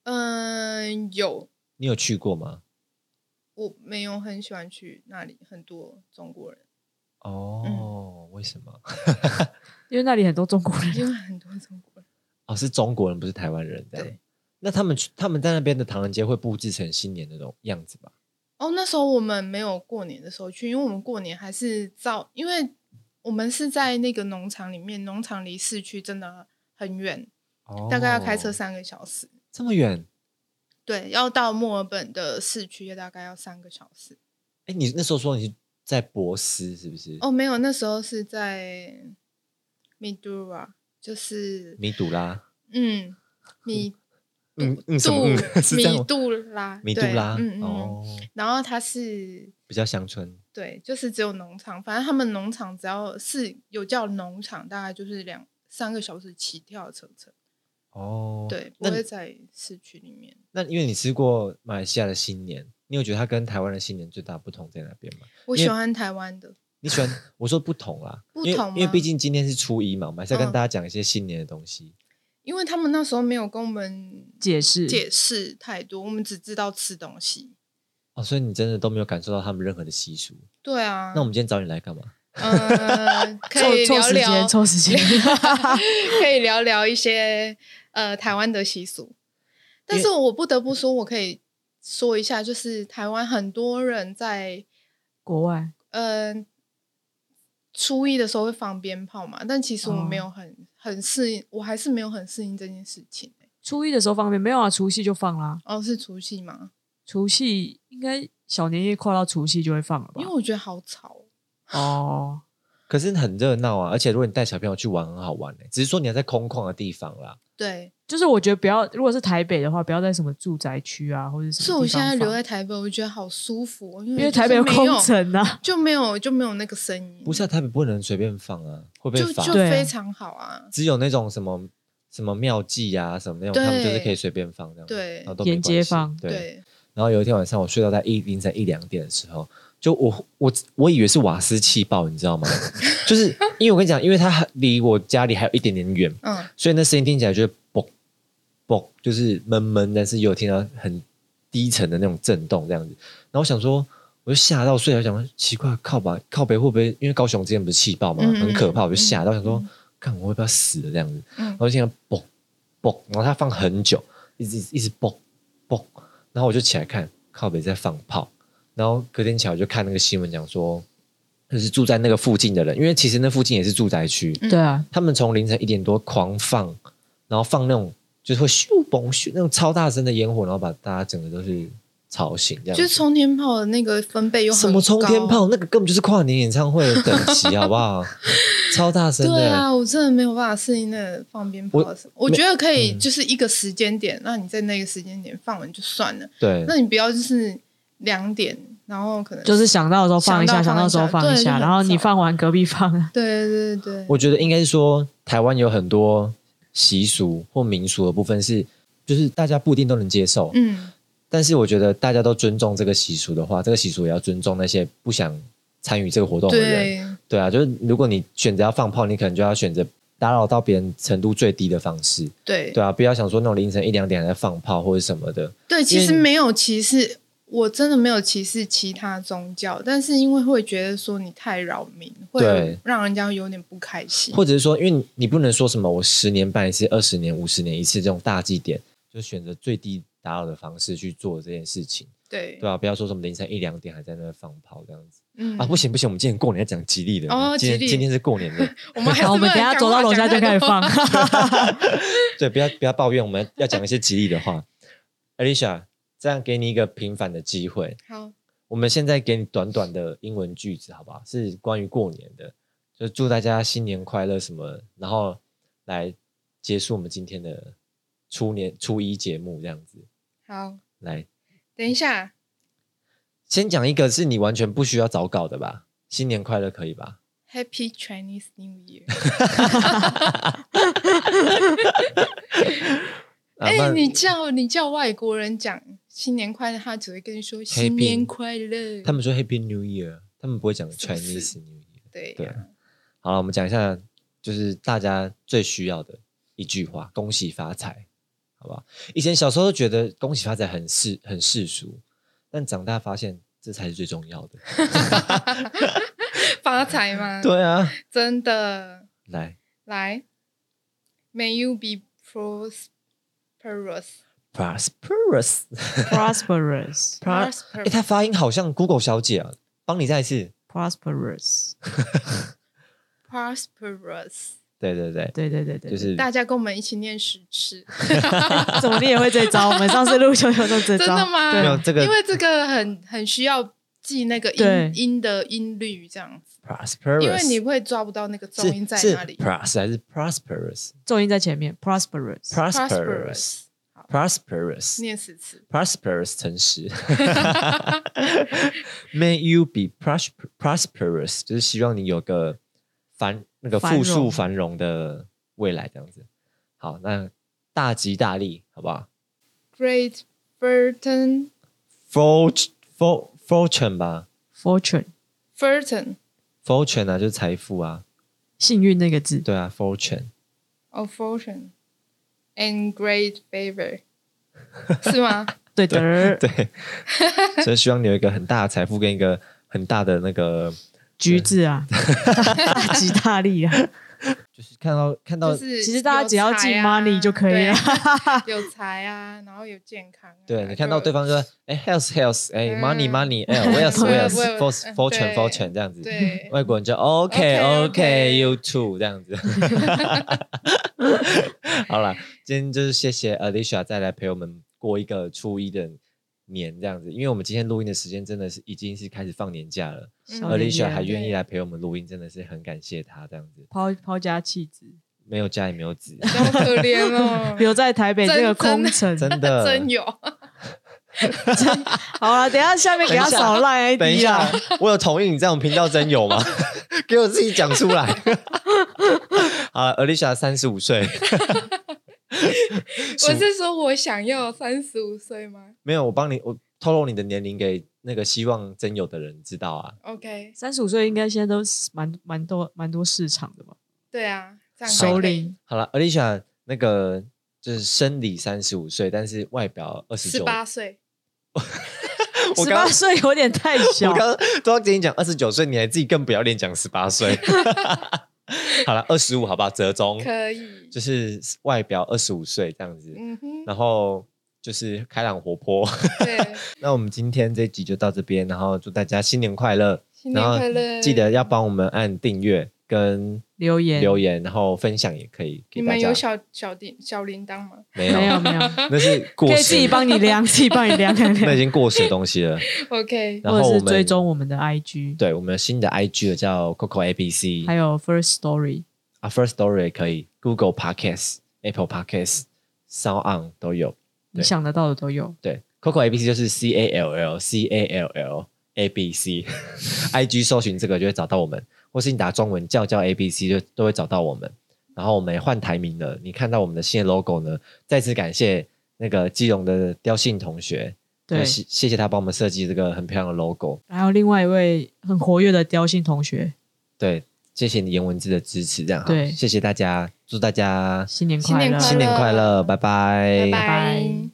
[SPEAKER 3] 嗯，有
[SPEAKER 2] 你有去过吗？
[SPEAKER 3] 我没有很喜欢去那里，很多中国人，
[SPEAKER 2] 哦，为什么？
[SPEAKER 1] 因为那里很多中国人，
[SPEAKER 3] 因为很多中国人。
[SPEAKER 2] 哦，是中国人，不是台湾人这样
[SPEAKER 3] 对。
[SPEAKER 2] 那他们去他们在那边的唐人街会布置成新年那种样子吧？
[SPEAKER 3] 哦，那时候我们没有过年的时候去，因为我们过年还是照，因为我们是在那个农场里面，农场离市区真的很远，
[SPEAKER 2] 哦
[SPEAKER 3] 大概要开车三个小时。
[SPEAKER 2] 这么远？
[SPEAKER 3] 对，要到墨尔本的市区也大概要三个小时。
[SPEAKER 2] 哎，你那时候说你是在博斯是不是？
[SPEAKER 3] 哦，，没有，那时候是在 Midura，就是
[SPEAKER 2] 米杜拉，
[SPEAKER 3] 嗯，米
[SPEAKER 2] 嗯嗯， [laughs] 什
[SPEAKER 3] 杜
[SPEAKER 2] 么嗯 [laughs] 是这样
[SPEAKER 3] 米
[SPEAKER 2] 吗？
[SPEAKER 3] 杜拉，
[SPEAKER 2] 米杜
[SPEAKER 3] 对
[SPEAKER 2] 拉，
[SPEAKER 3] 嗯嗯。嗯哦
[SPEAKER 2] 哦，
[SPEAKER 3] 然后它是
[SPEAKER 2] 比较乡村。
[SPEAKER 3] 对，就是只有农场，反正他们农场只要是有叫农场，大概就是两三个小时起跳的车程，
[SPEAKER 2] 哦，
[SPEAKER 3] 对，不
[SPEAKER 2] 那
[SPEAKER 3] 会
[SPEAKER 2] 你
[SPEAKER 3] 在市区里面。
[SPEAKER 2] 那因为你吃过马来西亚的新年，你有觉得它跟台湾的新年最大不同在哪边吗？
[SPEAKER 3] 我
[SPEAKER 2] 因为
[SPEAKER 3] 喜欢台湾的，
[SPEAKER 2] 你
[SPEAKER 3] [laughs]
[SPEAKER 2] 喜欢我说不同啦，
[SPEAKER 3] 不
[SPEAKER 2] 因为
[SPEAKER 3] 同
[SPEAKER 2] 因为
[SPEAKER 3] 吗
[SPEAKER 2] 毕竟今天是初一嘛，我们还是要跟
[SPEAKER 3] 嗯
[SPEAKER 2] 大家讲一些新年的东西。
[SPEAKER 3] 因为他们那时候没有跟我们
[SPEAKER 1] 解释
[SPEAKER 3] 解释太多，我们只知道吃东西。
[SPEAKER 2] 哦，所以你真的都没有感受到他们任何的习俗。
[SPEAKER 3] 对啊，
[SPEAKER 2] 那我们今天找你来干嘛？
[SPEAKER 1] [laughs]
[SPEAKER 3] 呃，可以
[SPEAKER 1] 凑凑
[SPEAKER 3] 聊
[SPEAKER 1] 时
[SPEAKER 3] 聊
[SPEAKER 1] 间，，
[SPEAKER 3] [laughs]
[SPEAKER 1] 凑啊时间。
[SPEAKER 3] 可以聊聊一些呃台湾的习俗。但是我不得不说，我可以说一下，就是台湾很多人在
[SPEAKER 1] 国外
[SPEAKER 3] 嗯、初一的时候会放鞭炮嘛，但其实我
[SPEAKER 1] 哦
[SPEAKER 3] 没有很、很适应，我还是没有很适应这件事情、欸。
[SPEAKER 1] 初一的时候放鞭，没有啊，除夕就放啦。
[SPEAKER 3] 哦，是除夕吗？
[SPEAKER 1] 除夕应该小年夜跨到除夕就会放了吧
[SPEAKER 3] 因为？我觉得好吵哦。
[SPEAKER 1] 哦，
[SPEAKER 2] 可是很热闹啊，而且如果你带小朋友去玩，很好玩呢、只是说你要在空旷的地方啦。
[SPEAKER 3] 对，
[SPEAKER 1] 就是我觉得不要，如果是台北的话，不要在什么住宅区啊，或者什么地
[SPEAKER 3] 所以
[SPEAKER 1] 方
[SPEAKER 3] 我现在留
[SPEAKER 1] 放
[SPEAKER 3] 在台北，我觉得好舒服、哦，
[SPEAKER 1] 因
[SPEAKER 3] 因为
[SPEAKER 1] 为
[SPEAKER 3] 就是
[SPEAKER 1] 台北有
[SPEAKER 3] 没
[SPEAKER 1] 空城啊，
[SPEAKER 3] 就没有就没有那个声音，
[SPEAKER 2] 不是、啊、台北不能随便放啊，会被
[SPEAKER 3] 嗯就
[SPEAKER 2] 罚
[SPEAKER 3] 就。
[SPEAKER 1] 对
[SPEAKER 3] 非常好啊。
[SPEAKER 2] 只有那种什么什么妙计啊，什么那种，
[SPEAKER 3] 对
[SPEAKER 2] 他们就是可以随便放这样子。
[SPEAKER 3] 对
[SPEAKER 2] 然后都没
[SPEAKER 1] 沿
[SPEAKER 2] 关系
[SPEAKER 1] 街放
[SPEAKER 2] 对。然后有一天晚上，我睡到在一凌晨一两点的时候，就我我我以为是瓦斯气爆，你知道吗？ [laughs] 就是因为我跟你讲，因为它很离我家里还有一点点远，
[SPEAKER 3] 嗯，
[SPEAKER 2] 所以那声音听起来就是啵啵，就是闷闷，但是又有听到很低沉的那种震动这样子。然后我想说，我就吓到睡了，想说奇怪，靠吧，靠北会不会因为高雄之前不是气爆嘛，
[SPEAKER 3] 嗯
[SPEAKER 2] 很可怕，我就吓到想说
[SPEAKER 3] 嗯，
[SPEAKER 2] 看我会不会要死了这样子。
[SPEAKER 3] 嗯
[SPEAKER 2] 然后就听到啵啵，然后它放很久，一直一直啵啵，然后我就起来看靠北在放炮，然后隔天起来我就看那个新闻讲说。就是住在那个附近的人，因为其实那附近也是住宅区，
[SPEAKER 1] 对啊，
[SPEAKER 2] 他们从凌晨一点多狂放，然后放那种就是会咻嘣咻那种超大声的烟火，然后把大家整个都是吵醒，这样子
[SPEAKER 3] 就是冲天炮的那个分贝又很
[SPEAKER 2] 什么冲天
[SPEAKER 3] 高？
[SPEAKER 2] 炮，那个根本就是跨年演唱会的等
[SPEAKER 3] [laughs]
[SPEAKER 2] 级，好不好？超大声
[SPEAKER 3] 对
[SPEAKER 2] 的，
[SPEAKER 3] 啊，我真的没有办法适应那个放鞭炮的声。我
[SPEAKER 2] 没
[SPEAKER 3] 觉得可以，就是一个时间点，那你在那个时间点放完就算了。
[SPEAKER 2] 对
[SPEAKER 3] 那你不要就是两点，然后可能
[SPEAKER 1] 就是想到的时候放一下，
[SPEAKER 3] 想
[SPEAKER 1] 想
[SPEAKER 3] 到
[SPEAKER 1] 到的时候
[SPEAKER 3] 放一下
[SPEAKER 1] 放一
[SPEAKER 3] 对就
[SPEAKER 1] 下，
[SPEAKER 3] 很
[SPEAKER 1] 然后你
[SPEAKER 3] 早
[SPEAKER 1] 放完隔壁
[SPEAKER 3] [laughs]
[SPEAKER 1] 放啊，
[SPEAKER 3] 对对对对，
[SPEAKER 2] 我觉得应该是说，台湾有很多习俗或民俗的部分是，就是大家不一定都能接受，
[SPEAKER 3] 嗯，
[SPEAKER 2] 但是我觉得大家都尊重这个习俗的话，这个习俗也要尊重那些不想参与这个活动的人。
[SPEAKER 3] 对
[SPEAKER 2] 对啊，就是如果你选择要放炮，你可能就要选择打扰到别人程度最低的方式。
[SPEAKER 3] 对
[SPEAKER 2] 对啊，不要想说那种凌晨一两点还在放炮或者什么的。
[SPEAKER 3] 对，其
[SPEAKER 2] 因
[SPEAKER 3] 实
[SPEAKER 2] 为
[SPEAKER 3] 没有歧视，我真的没有歧视其他宗教，但是因为会觉得说你太扰民，会
[SPEAKER 2] 对
[SPEAKER 3] 让人家有点不开心。
[SPEAKER 2] 或者是说，因为你你不能说什么我十年办一次、二十年、五十年一次这种大祭典，就选择最低打扰的方式去做这件事情，
[SPEAKER 3] 对，
[SPEAKER 2] 对啊，不要说什么凌晨一两点还在那边放炮这样子、
[SPEAKER 3] 嗯
[SPEAKER 2] 啊，不，行不行，我们今天过年要讲吉利的
[SPEAKER 3] 哦
[SPEAKER 2] 今天
[SPEAKER 3] 吉利
[SPEAKER 2] 今天是过年
[SPEAKER 3] [laughs]
[SPEAKER 2] 的，
[SPEAKER 3] 我们还
[SPEAKER 1] 然
[SPEAKER 3] 是
[SPEAKER 1] 后我们
[SPEAKER 3] 不
[SPEAKER 1] 等
[SPEAKER 3] 能
[SPEAKER 1] 一下
[SPEAKER 3] 讲
[SPEAKER 1] 走
[SPEAKER 3] 话
[SPEAKER 1] 到楼下就
[SPEAKER 3] 讲太
[SPEAKER 1] 开始
[SPEAKER 3] 多
[SPEAKER 1] 放。。
[SPEAKER 3] [laughs]
[SPEAKER 2] 对，不要不要抱怨，我们要讲一些吉利的话。Alicia，这样给你一个平反的机会，
[SPEAKER 3] 好，
[SPEAKER 2] 我们现在给你短短的英文句子，好不好？是关于过年的，就祝大家新年快乐什么，然后来结束我们今天的初年初一节目这样子。
[SPEAKER 3] 好，
[SPEAKER 2] 来，
[SPEAKER 3] 等一下，
[SPEAKER 2] 先讲一个是你完全不需要找稿的吧？新年快乐可以吧？
[SPEAKER 3] Happy Chinese New Year！
[SPEAKER 2] [laughs] 啊
[SPEAKER 3] 哎、
[SPEAKER 2] 那
[SPEAKER 3] 你叫你叫外国人讲新年快乐，他只会跟你说新年快乐。
[SPEAKER 2] 他们说 Happy New Year，他们不会讲
[SPEAKER 3] 是不是
[SPEAKER 2] Chinese New Year。
[SPEAKER 3] 对
[SPEAKER 2] 对
[SPEAKER 3] 呀、
[SPEAKER 2] 好了，我们讲一下，就是大家最需要的一句话：恭喜发财，好不好？以前小时候觉得恭喜发财很世很世俗，但长大发现这才是最重要的。
[SPEAKER 3] 嗯发财吗？，
[SPEAKER 2] 对啊，
[SPEAKER 3] 真的
[SPEAKER 2] 来
[SPEAKER 3] 来，May you be prosperous。 [laughs]
[SPEAKER 2] prosperous，
[SPEAKER 1] prosperous
[SPEAKER 2] [laughs] 哎、他
[SPEAKER 3] prosperous，
[SPEAKER 2] 发音好像 Google 小姐啊，帮你再一次。
[SPEAKER 1] prosperous，
[SPEAKER 3] [laughs] prosperous， [laughs]
[SPEAKER 2] 对对对，
[SPEAKER 1] 对对对对，
[SPEAKER 2] 就是
[SPEAKER 3] 大家跟我们一起念十次，
[SPEAKER 1] [laughs] 怎么你也会这招？我们上次录球球都这招，
[SPEAKER 3] [laughs] 真的吗？
[SPEAKER 2] 没有
[SPEAKER 1] 对
[SPEAKER 2] 这个
[SPEAKER 3] 因为这个很很需要记那个
[SPEAKER 1] 对
[SPEAKER 3] 音音的音律，这样子，
[SPEAKER 2] prosperous，
[SPEAKER 3] 因为你会抓不到那个重音在
[SPEAKER 2] 是是
[SPEAKER 3] 哪里。
[SPEAKER 2] pros 还是 prosperous？
[SPEAKER 1] 重音在前面，prosperous，
[SPEAKER 2] prosperous prosperous
[SPEAKER 3] 念十次，
[SPEAKER 2] prosperous 诚实 [laughs] ，May you be pros prosperous，就是希望你有个繁那个
[SPEAKER 1] 繁
[SPEAKER 2] 富
[SPEAKER 1] 荣
[SPEAKER 2] 庶繁荣的未来这样子。好，那大吉大利，好不好
[SPEAKER 3] Great Burton
[SPEAKER 2] ？Fortune for fortune 吧
[SPEAKER 1] fortune，
[SPEAKER 3] Burton
[SPEAKER 2] ，fortune 啊，就是财富啊，
[SPEAKER 1] 幸运那个字，
[SPEAKER 2] 对啊，fortune
[SPEAKER 3] of Fortune and Great
[SPEAKER 2] [laughs]
[SPEAKER 3] Favor，是吗？
[SPEAKER 1] 对的，
[SPEAKER 2] 对，所以希望你有一个很大的财富跟一个很大的那个，
[SPEAKER 1] 橘子
[SPEAKER 2] [laughs]
[SPEAKER 1] 啊，大吉大利
[SPEAKER 3] [laughs]
[SPEAKER 1] 啊！
[SPEAKER 2] 就是看到看到、
[SPEAKER 3] 就是
[SPEAKER 1] 其实大家只要
[SPEAKER 3] 有财
[SPEAKER 1] 进
[SPEAKER 3] 啊
[SPEAKER 1] money 就可以了，
[SPEAKER 3] 对有财啊，然后有健康啊、
[SPEAKER 2] 对你看到对
[SPEAKER 3] 就
[SPEAKER 2] 方说，哎，health health，哎
[SPEAKER 3] 嗯
[SPEAKER 2] ，money money，哎，wealth
[SPEAKER 3] [laughs]
[SPEAKER 1] 我有
[SPEAKER 2] wealth
[SPEAKER 3] 我有
[SPEAKER 2] fortune
[SPEAKER 3] 嗯
[SPEAKER 2] fortune
[SPEAKER 3] 对
[SPEAKER 2] fortune 这样子，
[SPEAKER 3] 对
[SPEAKER 2] 外国人就 OK
[SPEAKER 3] OK，OK
[SPEAKER 2] OK you too 这样子。 [laughs] 好了，今天就是谢谢 Alicia 再来陪我们过一个初一的年这样子，因为我们今天录音的时间真的是已经是开始放年假了
[SPEAKER 3] 嗯
[SPEAKER 1] 二零
[SPEAKER 2] ，Alicia
[SPEAKER 1] 年
[SPEAKER 2] 还愿意啊
[SPEAKER 3] 对
[SPEAKER 2] 来陪我们录音，真的是很感谢她这样子，
[SPEAKER 1] [laughs] 抛抛家弃子，
[SPEAKER 2] 没有家也没有子，
[SPEAKER 3] 好可怜
[SPEAKER 2] [laughs]
[SPEAKER 3] 哦，
[SPEAKER 1] 留在台北这个空城。
[SPEAKER 2] 真的
[SPEAKER 3] 真有，啊
[SPEAKER 1] 好了，等一下下面给他扫烂 ID
[SPEAKER 2] 等一下
[SPEAKER 1] 啦。，
[SPEAKER 2] 我有同意你在我们频道真有吗？ [laughs] 给我自己讲出来。 [laughs] 好了，Alicia 三十五岁，
[SPEAKER 3] 我是说我想要三十五岁吗
[SPEAKER 2] 没有，我帮你，我透露你的年龄给那个希望真有的人知道啊。
[SPEAKER 3] ？OK，
[SPEAKER 1] 三十五岁应该现在都是蛮蛮多蛮多市场的吧？
[SPEAKER 3] 对啊，这样
[SPEAKER 1] 首
[SPEAKER 3] 可以
[SPEAKER 1] 领
[SPEAKER 2] 好了，Alicia 那个就是生理三十五岁，但是外表二十
[SPEAKER 3] 十
[SPEAKER 2] 九。
[SPEAKER 3] 八岁，
[SPEAKER 2] 我
[SPEAKER 1] 十
[SPEAKER 2] 刚
[SPEAKER 1] 八岁有点太小
[SPEAKER 2] 我，刚刚都要跟你讲二十九岁，你还自己更不要脸讲十八
[SPEAKER 3] [laughs]
[SPEAKER 2] 岁。好了，二十五好不好？折中
[SPEAKER 3] 可以，
[SPEAKER 2] 就是外表二十五岁这样子，
[SPEAKER 3] 嗯
[SPEAKER 2] [laughs]
[SPEAKER 3] 哼，
[SPEAKER 2] 然后就是开朗活泼。 [laughs]
[SPEAKER 3] 对，
[SPEAKER 2] 那我们今天这集就到这边，然后祝大家新年快乐，
[SPEAKER 3] 新年快乐，
[SPEAKER 2] 记得要帮我们按订阅跟
[SPEAKER 1] 留言
[SPEAKER 2] 留言，然后分享也可以给
[SPEAKER 3] 你
[SPEAKER 2] 大
[SPEAKER 3] 们
[SPEAKER 2] 家
[SPEAKER 3] 有。小小铃小铃铛吗？
[SPEAKER 2] 没
[SPEAKER 1] 没有
[SPEAKER 2] 有，
[SPEAKER 1] 没有，
[SPEAKER 2] 那是过
[SPEAKER 1] 可以
[SPEAKER 2] 时，
[SPEAKER 1] 自己帮你量，自己帮你量量
[SPEAKER 2] [laughs] 那已
[SPEAKER 1] 量，
[SPEAKER 2] 经过时的东西
[SPEAKER 1] [laughs]
[SPEAKER 2] 了。
[SPEAKER 3] OK，
[SPEAKER 2] 然
[SPEAKER 1] 或
[SPEAKER 2] 后
[SPEAKER 1] 者
[SPEAKER 2] 我
[SPEAKER 1] 是追
[SPEAKER 2] 们
[SPEAKER 1] 踪我们的 IG，
[SPEAKER 2] 对我们新的 IG 了叫 Coco ABC，
[SPEAKER 1] 还有 First Story。
[SPEAKER 2] 啊 First Story 也可以，Google Podcast、Apple Podcast、Sound On 都有。
[SPEAKER 1] 你
[SPEAKER 2] 对
[SPEAKER 1] 想得到的都有。
[SPEAKER 2] 对，Coco ABC 就是 C A L L C A L L A B [laughs] C，IG 搜寻这个就会找到我们，或是你打中文叫叫 A B C 就都会找到我们。然后我们也换台名了，你看到我们的新的 logo 呢，再次感谢那个基隆的刁信同学，
[SPEAKER 1] 对
[SPEAKER 2] 那，谢谢谢他帮我们设计这个很漂亮的 logo，
[SPEAKER 1] 还有另外一位很活跃的雕信同学，
[SPEAKER 2] 对，谢谢你颜文字的支持，这样好
[SPEAKER 1] 对
[SPEAKER 2] 谢谢大家，祝大家
[SPEAKER 1] 新年
[SPEAKER 3] 新
[SPEAKER 1] 快
[SPEAKER 3] 年
[SPEAKER 1] 乐！
[SPEAKER 3] 快乐
[SPEAKER 2] 新年快乐，拜
[SPEAKER 3] 拜
[SPEAKER 1] 拜
[SPEAKER 3] 拜。